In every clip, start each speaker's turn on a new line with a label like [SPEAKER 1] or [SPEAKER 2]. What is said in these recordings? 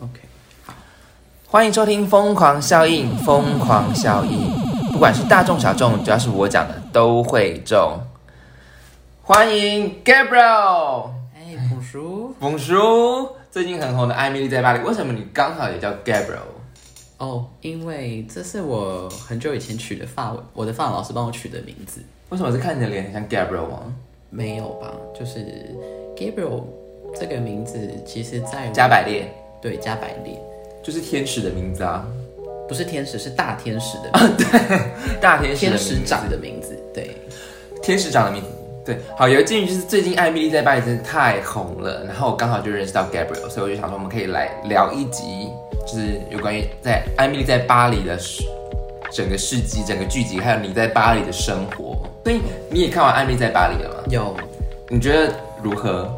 [SPEAKER 1] OK，好，欢迎收听《疯狂效应》，疯狂效应，不管是大众小众，只要是我讲的都会中。欢迎 Gabriel，
[SPEAKER 2] 哎，朴叔，
[SPEAKER 1] 冯叔，最近很红的《艾米丽在巴黎》，为什么你刚好也叫 Gabriel？
[SPEAKER 2] 哦，因为这是我很久以前取的发文，我的发文老师帮我取的名字，
[SPEAKER 1] 为什么是看你的脸很像 Gabriel 吗？
[SPEAKER 2] 没有吧？就是 Gabriel 这个名字，其实在我
[SPEAKER 1] 加百列
[SPEAKER 2] 对加百列，
[SPEAKER 1] 就是天使的名字啊，
[SPEAKER 2] 不是天使，是大天使的名字
[SPEAKER 1] 大天使的
[SPEAKER 2] 啊天
[SPEAKER 1] 名字
[SPEAKER 2] 使长的名字，对，
[SPEAKER 1] 天使长的名字。对，好，有一建议就是最近艾米丽在巴黎真的太红了，然后我刚好就认识到 Gabriel，所以我就想说我们可以来聊一集，就是有关于在艾米丽在巴黎的事整个事迹、整个剧集，还有你在巴黎的生活。所以你也看完《艾米丽在巴黎》了吗？
[SPEAKER 2] 有
[SPEAKER 1] 你觉得如何？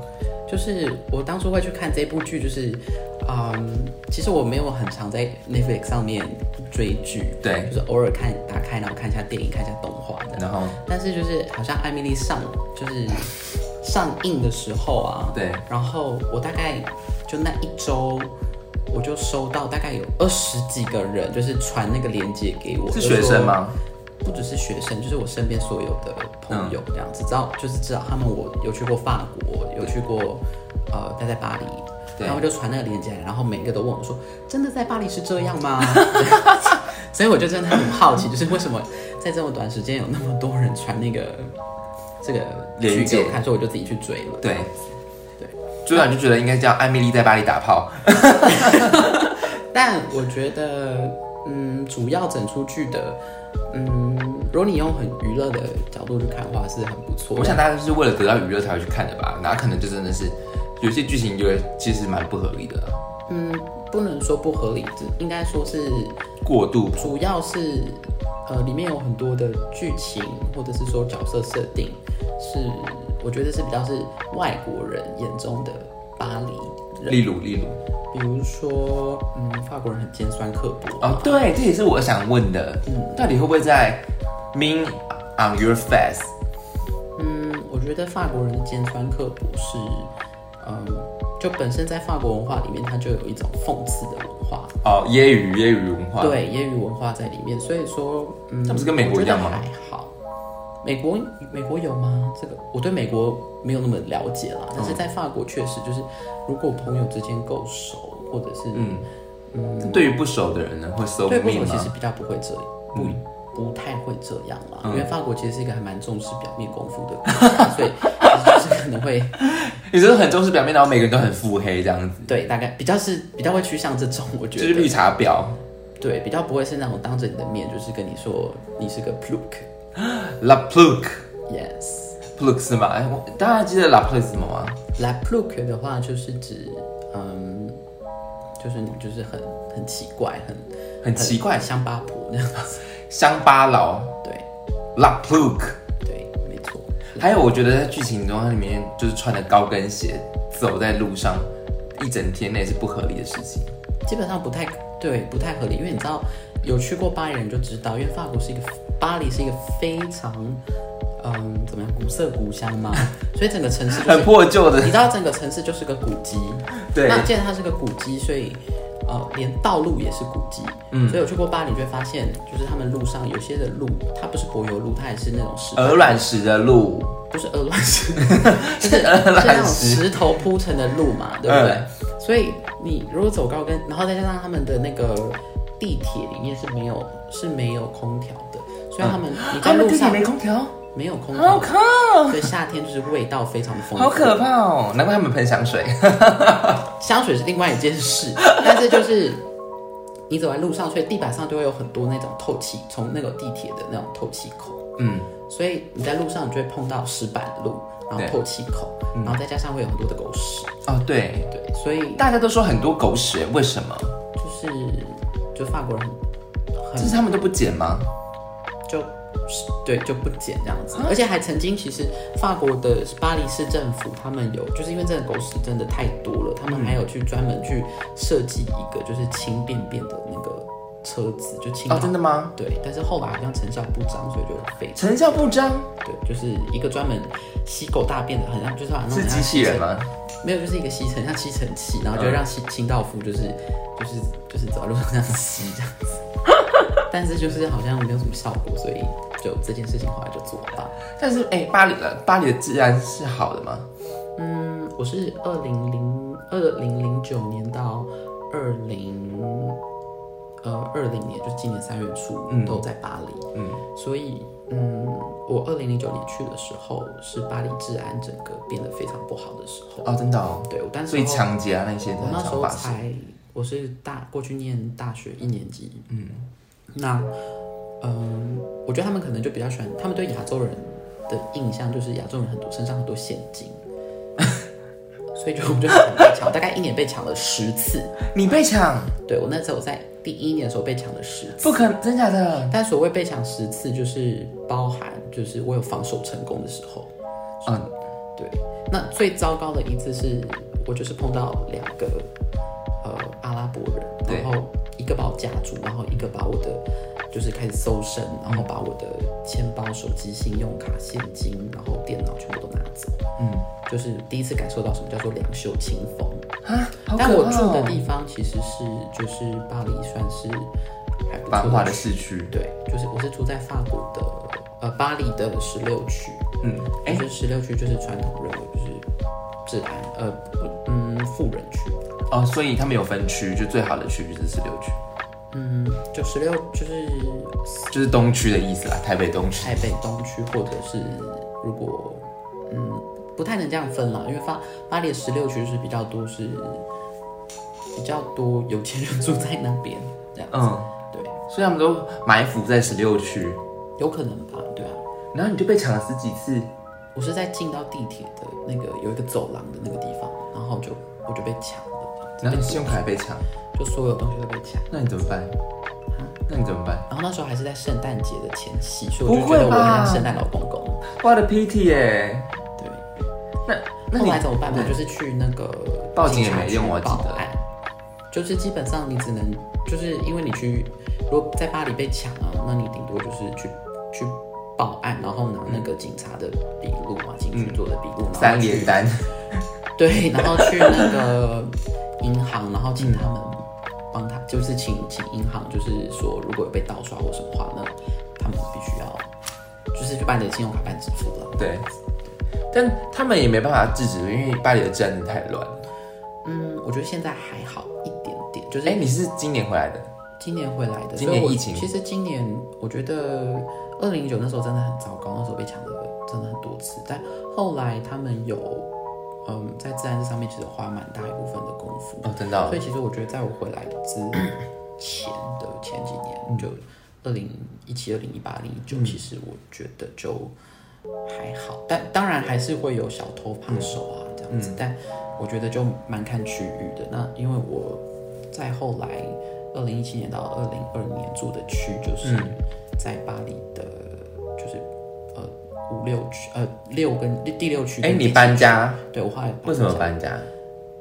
[SPEAKER 2] 就是我当初会去看这部剧，就是，嗯，其实我没有很常在 Netflix 上面追剧，
[SPEAKER 1] 对
[SPEAKER 2] 就是偶尔看打开，然后看一下电影，看一下动画的。
[SPEAKER 1] 然后
[SPEAKER 2] 但是就是好像艾米丽上就是上映的时候啊，
[SPEAKER 1] 对，
[SPEAKER 2] 然后我大概就那一周。我就收到大概有二十几个人，就是传那个链接给我，
[SPEAKER 1] 是
[SPEAKER 2] 就说
[SPEAKER 1] 学生？吗？
[SPEAKER 2] 不只是学生，就是我身边所有的朋友这样
[SPEAKER 1] 嗯
[SPEAKER 2] 子，知道就是知道他们我有去过法国，有去过呃待在巴黎，
[SPEAKER 1] 对
[SPEAKER 2] 然后就传那个链接来，然后每个都问我说：“真的在巴黎是这样吗？” 所以我就真的很好奇，就是为什么在这么短时间有那么多人传那个这个剧
[SPEAKER 1] 链接
[SPEAKER 2] 给我看，所以我就自己去追了。
[SPEAKER 1] 对，朱导就觉得应该叫《艾米丽在巴黎打炮》。
[SPEAKER 2] 但我觉得，嗯，主要整出剧的，嗯，如果你用很娱乐的角度去看的话，是很不错的。
[SPEAKER 1] 我想大家就是为了得到娱乐才会去看的吧，哪可能就真的是有些剧情就会其实蛮不合理的，
[SPEAKER 2] 嗯，不能说不合理，这应该说是
[SPEAKER 1] 过度
[SPEAKER 2] 主要是呃，里面有很多的剧情或者是说角色设定是，我觉得是比较是外国人眼中的巴黎人，
[SPEAKER 1] 例如例如
[SPEAKER 2] 比如说嗯，法国人很尖酸刻薄
[SPEAKER 1] 哦，对，这也是我想问的，
[SPEAKER 2] 嗯
[SPEAKER 1] 到底会不会在 mean on your face？
[SPEAKER 2] 嗯，我觉得法国人的尖酸刻薄是，嗯，就本身在法国文化里面，它就有一种讽刺的文化，
[SPEAKER 1] 哦，揶揄揶揄文化，，
[SPEAKER 2] 对业余文化在里面，所以说，嗯，
[SPEAKER 1] 那不是跟美国一样吗
[SPEAKER 2] 我觉得还好，美国美国有吗？这个我对美国没有那么了解啦，但是
[SPEAKER 1] 嗯
[SPEAKER 2] 在法国确实就是，如果朋友之间够熟，或者是
[SPEAKER 1] 嗯嗯，对于不熟的人呢，会 so
[SPEAKER 2] 对朋
[SPEAKER 1] mean
[SPEAKER 2] 友其
[SPEAKER 1] 吗嗯
[SPEAKER 2] 实？比较不会这不、不太会这样啦，因为法国其实是一个还蛮重视表面功夫的国家， 所以其实就是可能会
[SPEAKER 1] 你就是很重视表面，然后每个人都很腹黑这样子，
[SPEAKER 2] 对大概比较是比较会趋向这种，我觉
[SPEAKER 1] 就是
[SPEAKER 2] 得
[SPEAKER 1] 绿茶婊
[SPEAKER 2] 对比较不会是那种当着你的面就是跟你说你是个 pluk，yes。
[SPEAKER 1] La Pluke Pluke 是吗？哎，我大家还记得 La Pluke 是什么吗？
[SPEAKER 2] La p l u k 的话就是指，嗯，就是你就是很很奇怪，很
[SPEAKER 1] 很奇怪，
[SPEAKER 2] 乡巴婆那样 子。
[SPEAKER 1] 乡巴佬
[SPEAKER 2] 对
[SPEAKER 1] La Pluke。
[SPEAKER 2] 对，没错。
[SPEAKER 1] 还有，我觉得在剧情中，它里面就是穿着高跟鞋走在路上，一整天内是不合理的事情。
[SPEAKER 2] 基本上不太对，不太合理，因为你知道有去过巴黎人就知道，因为法国是一个巴黎是一个非常嗯怎么样古色古香嘛，所以整个城市、就是、
[SPEAKER 1] 很破旧的
[SPEAKER 2] 你知道整个城市就是个古迹，
[SPEAKER 1] 对
[SPEAKER 2] 那既然它是个古迹，所以呃，连道路也是古迹，嗯，所以我去过巴黎就会发现，就是他们路上有些的路，它不是柏油路，它也是那种石，
[SPEAKER 1] 鹅卵石的路，
[SPEAKER 2] 不是鹅卵 石，就是是
[SPEAKER 1] 鹅卵石嗯
[SPEAKER 2] 是那种石头铺成的路嘛，对不对？所以你如果走高跟，然后再加上他们的那个地铁里面是没有是没有空调的，所以他们、
[SPEAKER 1] 嗯
[SPEAKER 2] 你在路上
[SPEAKER 1] 空调，
[SPEAKER 2] 没有空
[SPEAKER 1] 好
[SPEAKER 2] 调，
[SPEAKER 1] 靠，
[SPEAKER 2] 所以夏天就是味道非常的丰富，
[SPEAKER 1] 哦好可怕哦！难怪他们喷香水。
[SPEAKER 2] 香水是另外一件事， 但是就是你走在路上，所以地板上就会有很多那种透气，从那个地铁的那种透气口，
[SPEAKER 1] 嗯，
[SPEAKER 2] 所以你在路上你就会碰到石板路，然后
[SPEAKER 1] 对
[SPEAKER 2] 透气口，然后再加上会有很多的狗屎，
[SPEAKER 1] 哦对，
[SPEAKER 2] 对，所以
[SPEAKER 1] 大家都说很多狗屎，为什么？
[SPEAKER 2] 就是就法国人很
[SPEAKER 1] 就是他们都不剪吗？
[SPEAKER 2] 就。对，就不捡这样子，
[SPEAKER 1] 啊
[SPEAKER 2] 而且还曾经，其实法国的巴黎市政府他们有，就是因为这个狗屎真
[SPEAKER 1] 嗯
[SPEAKER 2] 的太多了，他们还有去专门去设计一个就是清便便的那个车子，就青岛。
[SPEAKER 1] 哦，真的吗？
[SPEAKER 2] 对，但是后来好像成效不彰，所以就废
[SPEAKER 1] 成效不彰，
[SPEAKER 2] 对，就是一个专门吸狗大便的，很像就是好像那
[SPEAKER 1] 是
[SPEAKER 2] 种
[SPEAKER 1] 机器人
[SPEAKER 2] 像吸尘？
[SPEAKER 1] 吗？
[SPEAKER 2] 没有，就是一个吸尘，像吸尘器，然后就让吸清道夫就是就是就是走在路上这样吸这样 子。但是就是好像没有什么效果，所以就这件事情后来就做到。
[SPEAKER 1] 但是哎、巴黎的巴黎的治安是好的吗？
[SPEAKER 2] 嗯，我是二零零二零零九年到二零呃二零年，就是今年三月初、
[SPEAKER 1] 嗯
[SPEAKER 2] 都在巴黎。
[SPEAKER 1] 嗯，
[SPEAKER 2] 所以，嗯，我二零零九年去的时候，是巴黎治安整个变得非常不好的时候。
[SPEAKER 1] 哦，真的哦，
[SPEAKER 2] 对我当时
[SPEAKER 1] 所
[SPEAKER 2] 候
[SPEAKER 1] 以，抢劫啊那些都
[SPEAKER 2] 我
[SPEAKER 1] 很
[SPEAKER 2] 那时
[SPEAKER 1] 常
[SPEAKER 2] 候
[SPEAKER 1] 发生。
[SPEAKER 2] 才，我是大过去念大学一年级，嗯，那，嗯，我觉得他们可能就比较喜欢，他们对亚洲人的印象就是亚洲人很多身上很多现金， 所以就我们就很被抢，大概一年被抢了十次。
[SPEAKER 1] 你被抢，
[SPEAKER 2] 对我那时候我在第一年的时候被抢了十次。
[SPEAKER 1] 不可能，真假的？
[SPEAKER 2] 但所谓被抢十次，就是包含就是我有防守成功的时候。
[SPEAKER 1] 嗯，
[SPEAKER 2] 对，那最糟糕的一次是我就是碰到两个呃阿拉伯
[SPEAKER 1] 对
[SPEAKER 2] 人，然后一个把我夹住，然后一个把我的就是开始搜身，然后
[SPEAKER 1] 嗯
[SPEAKER 2] 把我的钱包、手机、信用卡、现金，然后电脑全部都拿走。
[SPEAKER 1] 嗯，
[SPEAKER 2] 就是第一次感受到什么叫做两袖清风。
[SPEAKER 1] 啊，好可怕
[SPEAKER 2] 但
[SPEAKER 1] 哦
[SPEAKER 2] 我住的地方其实是就是巴黎，算是还不错
[SPEAKER 1] 繁华的市区，
[SPEAKER 2] 对，就是我是住在法国的呃巴黎的十六区，
[SPEAKER 1] 嗯，哎、
[SPEAKER 2] 就是十六区就是传统人口就是治安呃不嗯富人区，
[SPEAKER 1] 哦，所以他们有分区，就最好的区就是十六区，
[SPEAKER 2] 嗯就十六就是
[SPEAKER 1] 就是东区的意思啦，台北东区。
[SPEAKER 2] 台北东区或者是如果嗯不太能这样分了，因为巴巴黎的十六区是比较多是比较多有钱人住在那边这样，
[SPEAKER 1] 嗯，
[SPEAKER 2] 对，
[SPEAKER 1] 所以他们都埋伏在十六区，
[SPEAKER 2] 有可能吧，对啊。
[SPEAKER 1] 然后你就被抢了十几次，
[SPEAKER 2] 我是在进到地铁的那个有一个走廊的那个地方，然后就我就被抢了，
[SPEAKER 1] 然后你信用卡也被抢，
[SPEAKER 2] 就所有东西都被抢。
[SPEAKER 1] 那你怎么办？那你怎么办？
[SPEAKER 2] 然后那时候还是在圣诞节的前夕，所以我就
[SPEAKER 1] 不会
[SPEAKER 2] 觉得我很
[SPEAKER 1] 吧
[SPEAKER 2] 像圣诞老公公。
[SPEAKER 1] 我的 PT 耶，
[SPEAKER 2] 对，
[SPEAKER 1] 那那
[SPEAKER 2] 后
[SPEAKER 1] 你
[SPEAKER 2] 来怎么办嘛？就是去那个
[SPEAKER 1] 报警也
[SPEAKER 2] 警察
[SPEAKER 1] 没
[SPEAKER 2] 局
[SPEAKER 1] 用我记
[SPEAKER 2] 报
[SPEAKER 1] 得
[SPEAKER 2] 案，就是基本上你只能，就是因为你去，如果在巴黎被抢啊，那你顶多就是去去报案，然后拿那个警察的笔录嘛，警局做的笔录，然后
[SPEAKER 1] 嗯三
[SPEAKER 2] 去
[SPEAKER 1] 连单，
[SPEAKER 2] 对， 然后去那个银行，然后请他们帮他，就是请请银行，就是说如果有被盗刷或什么话，那他们必须要，就是就把你的信用卡办支付了。
[SPEAKER 1] 对。但他们也没办法制止，因为巴黎的治安真的太乱了。
[SPEAKER 2] 嗯，我觉得现在还好一点点，就是
[SPEAKER 1] 哎、你是今年回来的？
[SPEAKER 2] 今年回来的，
[SPEAKER 1] 今年
[SPEAKER 2] 所以我
[SPEAKER 1] 疫情
[SPEAKER 2] 其实今年我觉得二零零九那时候真的很糟糕，那时候被抢的真的很多次，但后来他们有嗯在自然这上面其实花蛮大一部分的功夫。
[SPEAKER 1] 哦，真的哦、
[SPEAKER 2] 所以其实我觉得，在我回来之前的前几
[SPEAKER 1] 嗯
[SPEAKER 2] 年，就二零一七、二零一八、二零一九，其实我觉得就还好，但当然还是会有小偷
[SPEAKER 1] 嗯
[SPEAKER 2] 扒手啊这样子，但我觉得就蛮看区域的。那因为我在后来二零一七年到二零二年住的区，就是
[SPEAKER 1] 嗯
[SPEAKER 2] 在巴黎的，就是呃五六区呃六跟第六区。
[SPEAKER 1] 哎、你搬？家？
[SPEAKER 2] 对，我后来
[SPEAKER 1] 为什么搬家？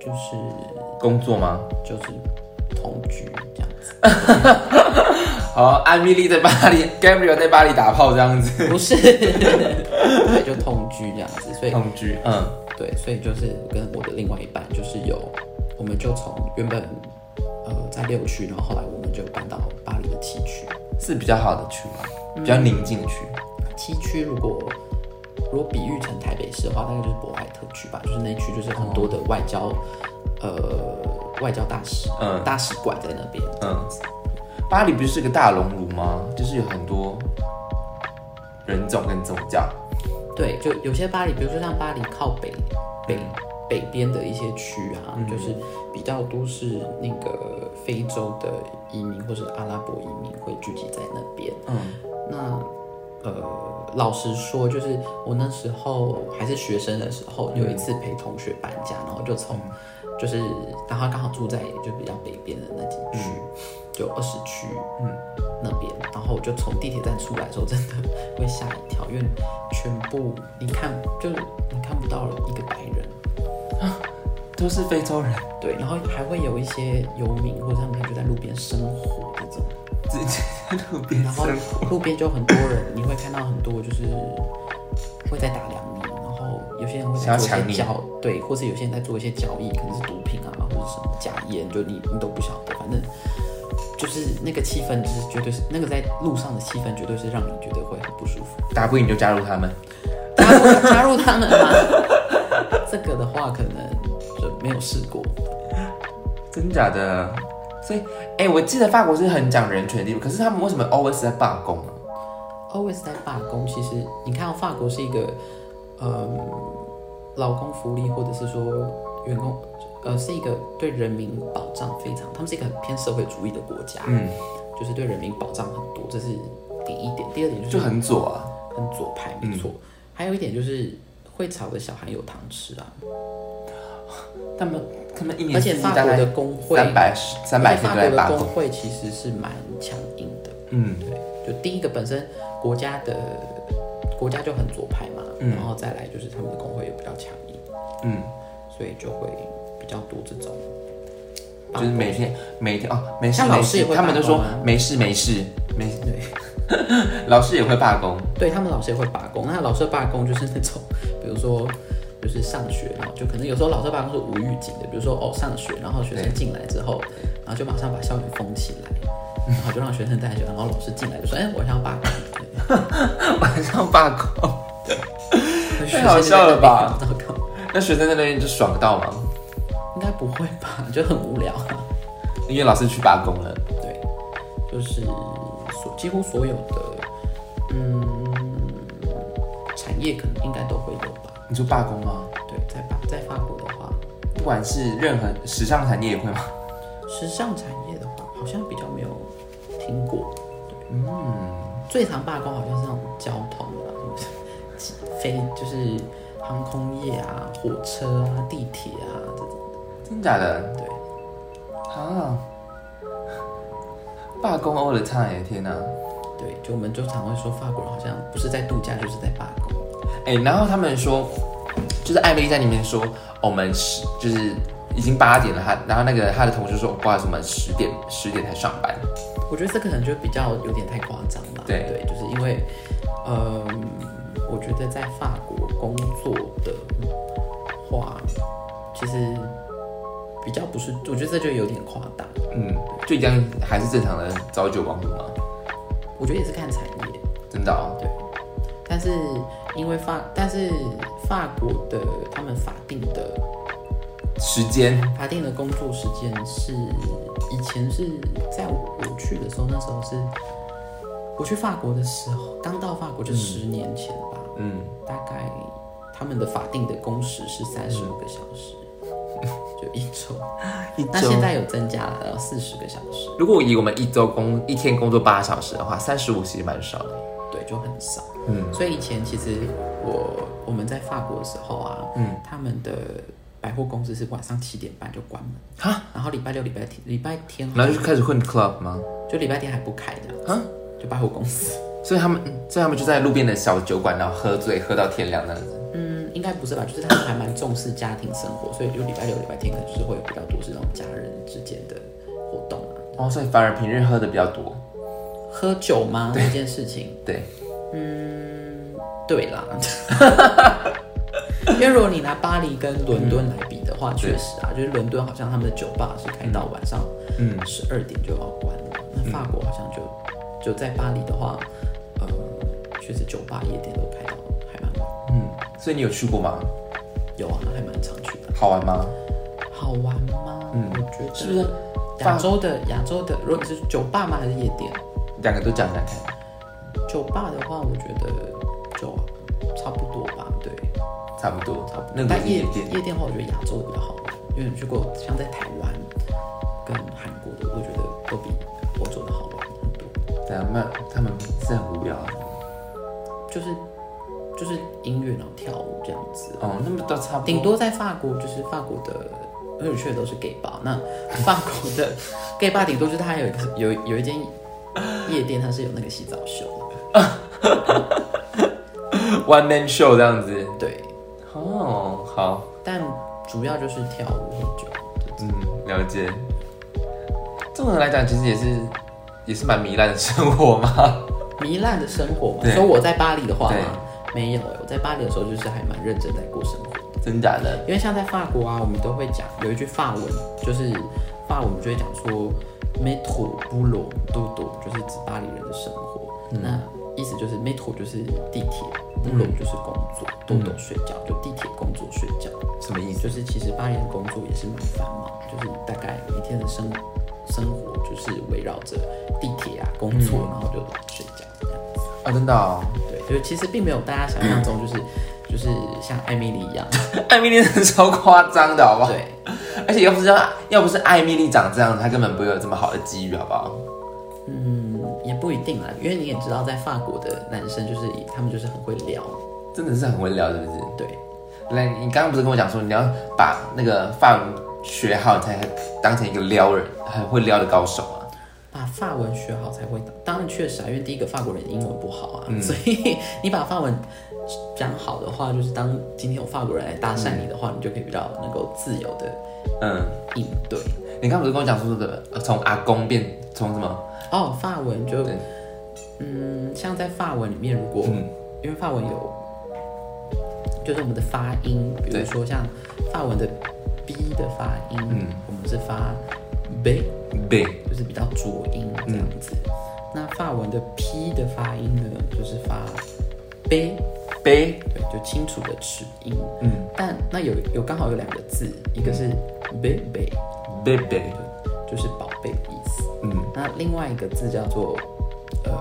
[SPEAKER 2] 就是
[SPEAKER 1] 工作吗？
[SPEAKER 2] 就是同居这样子。
[SPEAKER 1] 哦，艾米丽在巴黎，Gabriel 在巴黎打炮这样子，
[SPEAKER 2] 不是， 对，就同居这样子，所以
[SPEAKER 1] 同居，嗯，
[SPEAKER 2] 对，所以就是我跟我的另外一半就是有，我们就从原本呃在六区，然后后来我们就搬到巴黎的七区。
[SPEAKER 1] 是比较好的区嘛，比较宁静的区，
[SPEAKER 2] 七区如果如果比喻成台北市的话，大概就是博爱特区吧，就是那区就是很多的外交、呃外交大使
[SPEAKER 1] 嗯
[SPEAKER 2] 大使馆在那边。
[SPEAKER 1] 嗯。巴黎不是个大熔炉吗？就是有很多人种跟宗教，
[SPEAKER 2] 对，就有些巴黎，比如说像巴黎靠北北北边的一些区啊，就是比较多是那个非洲的移民或是阿拉伯移民会聚集在那边。
[SPEAKER 1] 嗯，
[SPEAKER 2] 那呃，老实说，就是我那时候还是学生的时候，有一次陪同学搬家，然后就从就是，然后刚好住在就比较北边的那几区，就二十区，嗯，那边，然后我就从地铁站出来的时候，真的会吓一跳，因为全部你看就是你看不到一个白人，
[SPEAKER 1] 都是非洲人，
[SPEAKER 2] 对，然后还会有一些游民或者他们可能就在路边生火这种，
[SPEAKER 1] 自己在路边
[SPEAKER 2] 然后
[SPEAKER 1] 生活。
[SPEAKER 2] 路边就很多人，你会看到很多就是会在打量你，然后有些人会在做
[SPEAKER 1] 想要抢
[SPEAKER 2] 一
[SPEAKER 1] 你
[SPEAKER 2] 些交对，或是有些人在做一些交易，可能是毒品啊，或者是什么假烟，就你你都不晓得，反正就是那个气氛，就是绝对是那个在路上的气氛，绝对是让你觉得会很不舒 服。
[SPEAKER 1] 打不赢就加入他们。
[SPEAKER 2] 加入加入他们吗？ 这个的话，可能就没有试过。
[SPEAKER 1] 真假的？所以，哎、我记得法国是很讲人权的地方，可是他们为什么 always 在罢工啊？
[SPEAKER 2] always 在罢工。其实你看、到法国是一个，呃，劳工福利或者是说员工，呃，是一个对人民保障非常，他们是一个很偏社会主义的国家，
[SPEAKER 1] 嗯，
[SPEAKER 2] 就是对人民保障很多，这是第一点。第二点就是
[SPEAKER 1] 就很嗯左啊。
[SPEAKER 2] 很左派，没错。还有一点就是会吵的小孩有糖吃啊，
[SPEAKER 1] 他们他们一年
[SPEAKER 2] 而
[SPEAKER 1] 四
[SPEAKER 2] 且
[SPEAKER 1] 季
[SPEAKER 2] 法
[SPEAKER 1] 大
[SPEAKER 2] 国
[SPEAKER 1] 概
[SPEAKER 2] 的工会，
[SPEAKER 1] 三百三
[SPEAKER 2] 而
[SPEAKER 1] 百
[SPEAKER 2] 且
[SPEAKER 1] 天
[SPEAKER 2] 法
[SPEAKER 1] 都在
[SPEAKER 2] 国
[SPEAKER 1] 罢
[SPEAKER 2] 的
[SPEAKER 1] 工
[SPEAKER 2] 工。会其实是蛮强硬的。
[SPEAKER 1] 嗯，
[SPEAKER 2] 就第一个本身国家的国家就很左派嘛，
[SPEAKER 1] 嗯
[SPEAKER 2] 然后再来就是他们的工会也比较强硬，
[SPEAKER 1] 嗯，
[SPEAKER 2] 所以就会比较多这种。
[SPEAKER 1] 就是每天每天哦，没事
[SPEAKER 2] 像
[SPEAKER 1] 没
[SPEAKER 2] 老师
[SPEAKER 1] 事
[SPEAKER 2] 也，会
[SPEAKER 1] 他们都
[SPEAKER 2] 罢工
[SPEAKER 1] 说
[SPEAKER 2] 啊
[SPEAKER 1] 没事没事没事。 老师也会罢工，
[SPEAKER 2] 对他们老师也会罢工，那老师的罢工就是那种，比如说就是上学，然后就可能有时候老师罢工是无预警的，比如说哦上学，然后学生进来之后，然后就马上把校园封起来，然后就让学生待在学校，然后老师进来就说，哎，我想要罢工。
[SPEAKER 1] 晚上罢工，
[SPEAKER 2] 学
[SPEAKER 1] 好
[SPEAKER 2] 生就在哦
[SPEAKER 1] 笑了
[SPEAKER 2] 那边
[SPEAKER 1] 吧
[SPEAKER 2] 很糟糕
[SPEAKER 1] 那学生在那边就爽到吗？
[SPEAKER 2] 应该不会吧？就很无聊、啊。
[SPEAKER 1] 因为老师去罢工了。
[SPEAKER 2] 对，就是所几乎所有的，嗯，产业可能应该都会有吧。
[SPEAKER 1] 你说罢工吗？
[SPEAKER 2] 对，在法在法国的话，
[SPEAKER 1] 不管是任何时尚产业也会吗？
[SPEAKER 2] 时尚产业的话，好像比较没有听过。对，嗯，最常罢工好像是那种交通啊，什么机飞就是航空业啊、火车啊、地铁啊这种。
[SPEAKER 1] 真假的
[SPEAKER 2] 对，
[SPEAKER 1] 啊？ 罢工 all the time，天哪！
[SPEAKER 2] 对，就我们就常会说法国人好像不是在度假就是在罢工。
[SPEAKER 1] 哎、然后他们说，就是艾米丽在里面说，哦我们十就是已经八点了，他然后那个他的同事说，哦不好意思，我们十点十点才上班。
[SPEAKER 2] 我觉得这可能就比较有点太夸张了。
[SPEAKER 1] 对
[SPEAKER 2] 就是因为，呃，我觉得在法国工作的话，其实比较不是，我觉得这就有点夸大。
[SPEAKER 1] 嗯，就一样还是正常的朝九晚五吗？
[SPEAKER 2] 我觉得也是看产业，
[SPEAKER 1] 真的哦，
[SPEAKER 2] 对。但是因为法，但是法国的他们法定的
[SPEAKER 1] 时间
[SPEAKER 2] 法定的工作时间是以前是在我我去的时候，那时候是我去法国的时候，刚到法国就十年前吧，
[SPEAKER 1] 嗯，
[SPEAKER 2] 大概他们的法定的工时是三十五个小时，就一周。那现在有增加了四十个小时，
[SPEAKER 1] 如果以我们一周工一天工作八小时的话，三十五其实蛮少的。
[SPEAKER 2] 对，就很少。
[SPEAKER 1] 嗯，
[SPEAKER 2] 所以以前其实我我们在法国的时候啊，
[SPEAKER 1] 嗯，
[SPEAKER 2] 他们的百货公司是晚上七点半就关门，
[SPEAKER 1] 哈，
[SPEAKER 2] 然后礼拜六、礼拜天、礼拜天哦
[SPEAKER 1] 然后就开始混 club 吗？
[SPEAKER 2] 就礼拜天还不开这样子
[SPEAKER 1] 啊
[SPEAKER 2] 就百货公司。
[SPEAKER 1] 所以他们，嗯所以他们就在路边的小酒馆，然后喝醉，喝到天亮那样子。
[SPEAKER 2] 嗯，应该不是吧？就是他们还蛮重视家庭生活，所以就礼拜六、礼拜天可能就是会有比较多是那种家人之间的活动啊。
[SPEAKER 1] 哦，所以反而平日喝的比较多。
[SPEAKER 2] 喝酒吗？这件事情，
[SPEAKER 1] 对，
[SPEAKER 2] 对啦。 因为如果你拿巴黎跟伦敦来比的话，确实啊，就是伦敦好像他们的酒吧是开到晚上
[SPEAKER 1] 嗯，
[SPEAKER 2] 十二点就要关了，那法国好像就就在巴黎的话，呃，确实酒吧夜店都开到还蛮晚，
[SPEAKER 1] 所以你有去过吗？
[SPEAKER 2] 有啊，还蛮常去的。
[SPEAKER 1] 好玩吗？
[SPEAKER 2] 好玩吗？
[SPEAKER 1] 嗯
[SPEAKER 2] 我觉得
[SPEAKER 1] 是不是
[SPEAKER 2] 亚洲的亚洲的，如果你是酒吧吗？还是夜店？
[SPEAKER 1] 两个都讲讲看，
[SPEAKER 2] 酒吧的话，我觉得就差不多吧，对，
[SPEAKER 1] 差不多，
[SPEAKER 2] 差不
[SPEAKER 1] 那个
[SPEAKER 2] 多。但
[SPEAKER 1] 是
[SPEAKER 2] 夜
[SPEAKER 1] 夜店，
[SPEAKER 2] 夜店的话，我觉得亚洲的比较好玩，因为你去过像在台湾跟韩国的，我觉得都比欧洲的好玩很多。
[SPEAKER 1] 对啊，那他们是很无聊啊。
[SPEAKER 2] 就是就是音乐然后跳舞这样子，
[SPEAKER 1] 哦，那么都差不多。
[SPEAKER 2] 顶多在法国就是法国的。因为我去的都是 gay bar，那法国的 gay bar 顶多就是它还有一个有有一间夜店，它是有那个洗澡秀的，
[SPEAKER 1] one man show 这样子。
[SPEAKER 2] 对，
[SPEAKER 1] 哦，好，
[SPEAKER 2] 但主要就是跳舞喝酒。
[SPEAKER 1] 嗯，了解。综合来讲，其实也是也是蛮糜烂的生活嘛。
[SPEAKER 2] 糜烂的生活嘛。
[SPEAKER 1] 对
[SPEAKER 2] 说我在巴黎的话
[SPEAKER 1] 对
[SPEAKER 2] 吗？没有、我在巴黎的时候就是还蛮认真在过生活。
[SPEAKER 1] 真假的？
[SPEAKER 2] 因为像在法国啊，我们都会讲有一句法文，就是法文就会讲说 “metro b u l o d o d o 就是指巴黎人的生活。那意思就是 metro 就是地铁 b u l o 就是工作 d o d o 睡觉，就地铁工作睡觉。
[SPEAKER 1] 什么意思？
[SPEAKER 2] 就是其实巴黎的工作也是蛮繁忙，就是大概每天的生生活就是围绕着地铁啊工作，然后就睡觉这样。
[SPEAKER 1] 啊，真的 哦。
[SPEAKER 2] 对，就是其实并没有大家想象中就是就是像艾米丽一样，
[SPEAKER 1] 艾米丽真的超夸张的，好不好？
[SPEAKER 2] 对。
[SPEAKER 1] 而且要不是要要不是艾米丽长这样，她根本不会有这么好的机遇，好不好？
[SPEAKER 2] 也不一定啦，因为你也知道，在法国的男生就是他们就是很会聊，
[SPEAKER 1] 真的是很会聊，是不是？
[SPEAKER 2] 对，
[SPEAKER 1] 来，你刚刚不是跟我讲说你要把那个法文学好，你才当成一个撩人很会撩的高手啊？
[SPEAKER 2] 把法文学好才会打。当然确实啊，因为第一个法国人英文不好啊，
[SPEAKER 1] 嗯
[SPEAKER 2] 所以你把法文讲好的话，就是当今天有法国人来搭讪你的话，你就可以比较能够自由的
[SPEAKER 1] 嗯，
[SPEAKER 2] 应对。
[SPEAKER 1] 你刚刚不是跟我讲说这个呃从阿公变从什么？
[SPEAKER 2] 哦，法文就
[SPEAKER 1] 对
[SPEAKER 2] 嗯，像在法文里面，如果、
[SPEAKER 1] 嗯
[SPEAKER 2] 因为法文有，就是我们的发音，比如
[SPEAKER 1] 对
[SPEAKER 2] 说像法文的 b 的发音，
[SPEAKER 1] 嗯
[SPEAKER 2] 我们是发 b。
[SPEAKER 1] 对，
[SPEAKER 2] 就是比较浊音这样子。那法文的 p 的发音呢，就是发 b，
[SPEAKER 1] 杯，
[SPEAKER 2] 对，就清楚的齿音。
[SPEAKER 1] 嗯，
[SPEAKER 2] 但那有有刚好有两个字，一个是 baby，
[SPEAKER 1] 贝贝，
[SPEAKER 2] 就是宝贝的意思。
[SPEAKER 1] 嗯，
[SPEAKER 2] 那另外一个字叫做呃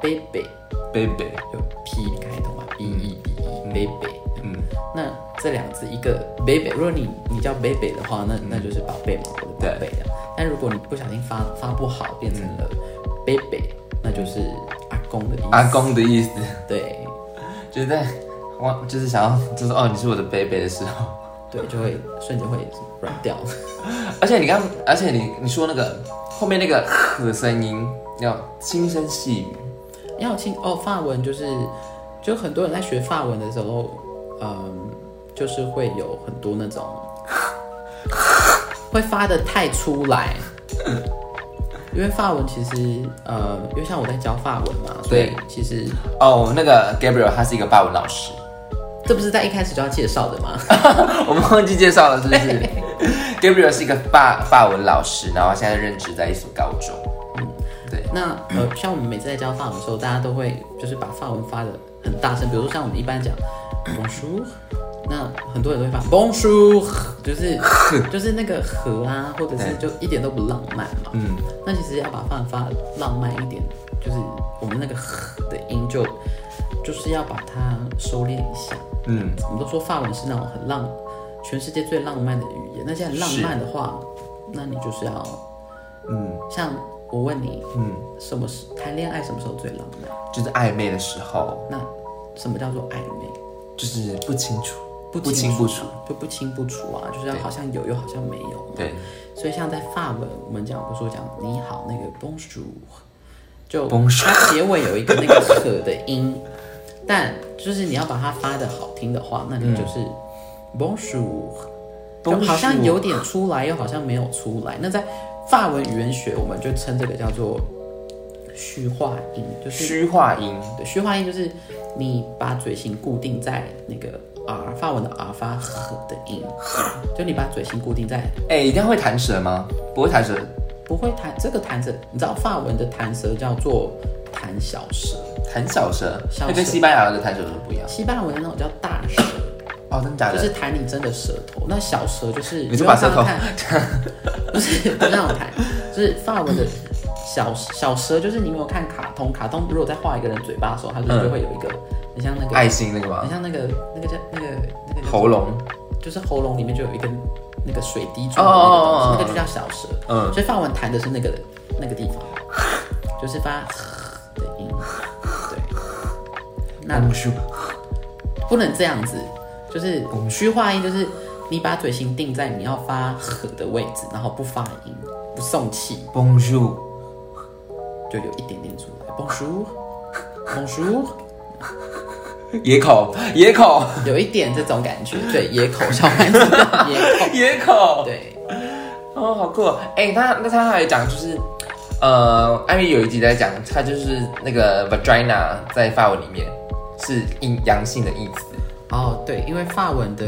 [SPEAKER 2] baby，
[SPEAKER 1] 贝贝，
[SPEAKER 2] 就 p 开头嘛，b e b e baby。
[SPEAKER 1] 嗯，
[SPEAKER 2] 那这两个字，一个 baby，如果你你叫 baby 的话，那
[SPEAKER 1] 嗯
[SPEAKER 2] 那就是宝贝嘛，我的宝贝啊。但如果你不小心发发不好，变成了 baby，那就是阿公的意思。
[SPEAKER 1] 嗯阿公的意思，
[SPEAKER 2] 对
[SPEAKER 1] 就是在我就是想要就是哦你是我的贝贝的时候。
[SPEAKER 2] 对，就会
[SPEAKER 1] 嗯
[SPEAKER 2] 瞬间会软掉。
[SPEAKER 1] 而且你刚，而且你你说那个后面那个的声音要轻声细语，
[SPEAKER 2] 要听哦，法文就是，就很多人在学法文的时候，嗯，就是会有很多那种会发的太出来，因为法文其实呃，因为像我在教法文嘛，所以
[SPEAKER 1] 对
[SPEAKER 2] 其实
[SPEAKER 1] 哦，那个 Gabriel 他是一个法文老师，
[SPEAKER 2] 这不是在一开始就要介绍的吗？
[SPEAKER 1] 我们忘记介绍了，是不是？Gabriel 是一个法法文老师，然后现在任职在一所高中。
[SPEAKER 2] 那呃，像我们每次在教法文的时候，大家都会就是把法文发的很大声，比如说像我们一般讲 bonjour，那很多人都会发 bonjour，就是就是那个和啊，或者是就一点都不浪漫嘛。
[SPEAKER 1] 嗯，
[SPEAKER 2] 那其实要把法文发浪漫一点，就是我们那个和的音就就是要把它收敛一下。
[SPEAKER 1] 嗯，
[SPEAKER 2] 我们都说法文是那种很浪，全世界最浪漫的语言。那既然浪漫的话，那你就是要，
[SPEAKER 1] 嗯
[SPEAKER 2] 像我问你，
[SPEAKER 1] 嗯，
[SPEAKER 2] 什么是谈恋爱什么时候最浪漫？
[SPEAKER 1] 就是暧昧的时候，
[SPEAKER 2] 那什么叫做暧昧？
[SPEAKER 1] 就是不清楚，
[SPEAKER 2] 不
[SPEAKER 1] 清
[SPEAKER 2] 不
[SPEAKER 1] 不楚。，
[SPEAKER 2] 就不清不楚啊，就是好像有又好像没有。
[SPEAKER 1] 对，
[SPEAKER 2] 所以像在法文，我们讲不是说讲你好那个 bonjour，就
[SPEAKER 1] Bonjour
[SPEAKER 2] 它结尾有一个那个 h 的音，但就是你要把它发的好听的话，那你就是 bonjour，、就好像
[SPEAKER 1] 嗯 Bonjour
[SPEAKER 2] 有点出来，又好像没有出来。那在法文语言学，我们就称这个叫做虚化音，就是
[SPEAKER 1] 虚化音，
[SPEAKER 2] 对，虚化音就是你把嘴型固定在那个 r 发文的 r 发和的音，就你把嘴型固定在，
[SPEAKER 1] 哎，一定要会弹舌吗？不会弹舌，
[SPEAKER 2] 不会弹这个弹舌，你知道发文的弹舌叫做弹小舌，
[SPEAKER 1] 弹小舌，
[SPEAKER 2] 小舌
[SPEAKER 1] 那跟西班牙的弹小舌不一样。
[SPEAKER 2] 西班牙文的那种叫大舌，
[SPEAKER 1] 哦，真的假
[SPEAKER 2] 就
[SPEAKER 1] 的？
[SPEAKER 2] 是弹你真的舌头，那小舌就是
[SPEAKER 1] 你是把舌头
[SPEAKER 2] 看，不是不是那种弹，就是发文的。小小舌就是你有没有看卡通？卡通如果在画一个人嘴巴的时候，它就是就会有一个很像那个，
[SPEAKER 1] 爱心那个
[SPEAKER 2] 很
[SPEAKER 1] 吗？
[SPEAKER 2] 像那个那个叫那个那个叫
[SPEAKER 1] 喉咙，
[SPEAKER 2] 就是喉咙里面就有一根那个水滴状的那
[SPEAKER 1] 哦
[SPEAKER 2] 个东西
[SPEAKER 1] 哦哦哦
[SPEAKER 2] 那个就叫小舌。
[SPEAKER 1] 嗯
[SPEAKER 2] 所以法文弹的是那个那个地方，就是发的音。对，那
[SPEAKER 1] ，bonjour，
[SPEAKER 2] 不能这样子，就是虚化音，就是你把嘴型定在你要发的位置，然后不发音，不送气，
[SPEAKER 1] bonjour。
[SPEAKER 2] 就有一点点出来。Bonjour，Bonjour，
[SPEAKER 1] 野口，野口，
[SPEAKER 2] 有一点这种感觉，对，野口小孩子的野口，
[SPEAKER 1] 野口，
[SPEAKER 2] 对。
[SPEAKER 1] 哦，好酷哦！哎、他那他还讲就是，呃，艾米有一集在讲，它就是那个 vagina 在法文里面是阴阳性的意思。
[SPEAKER 2] 哦，对，因为法文的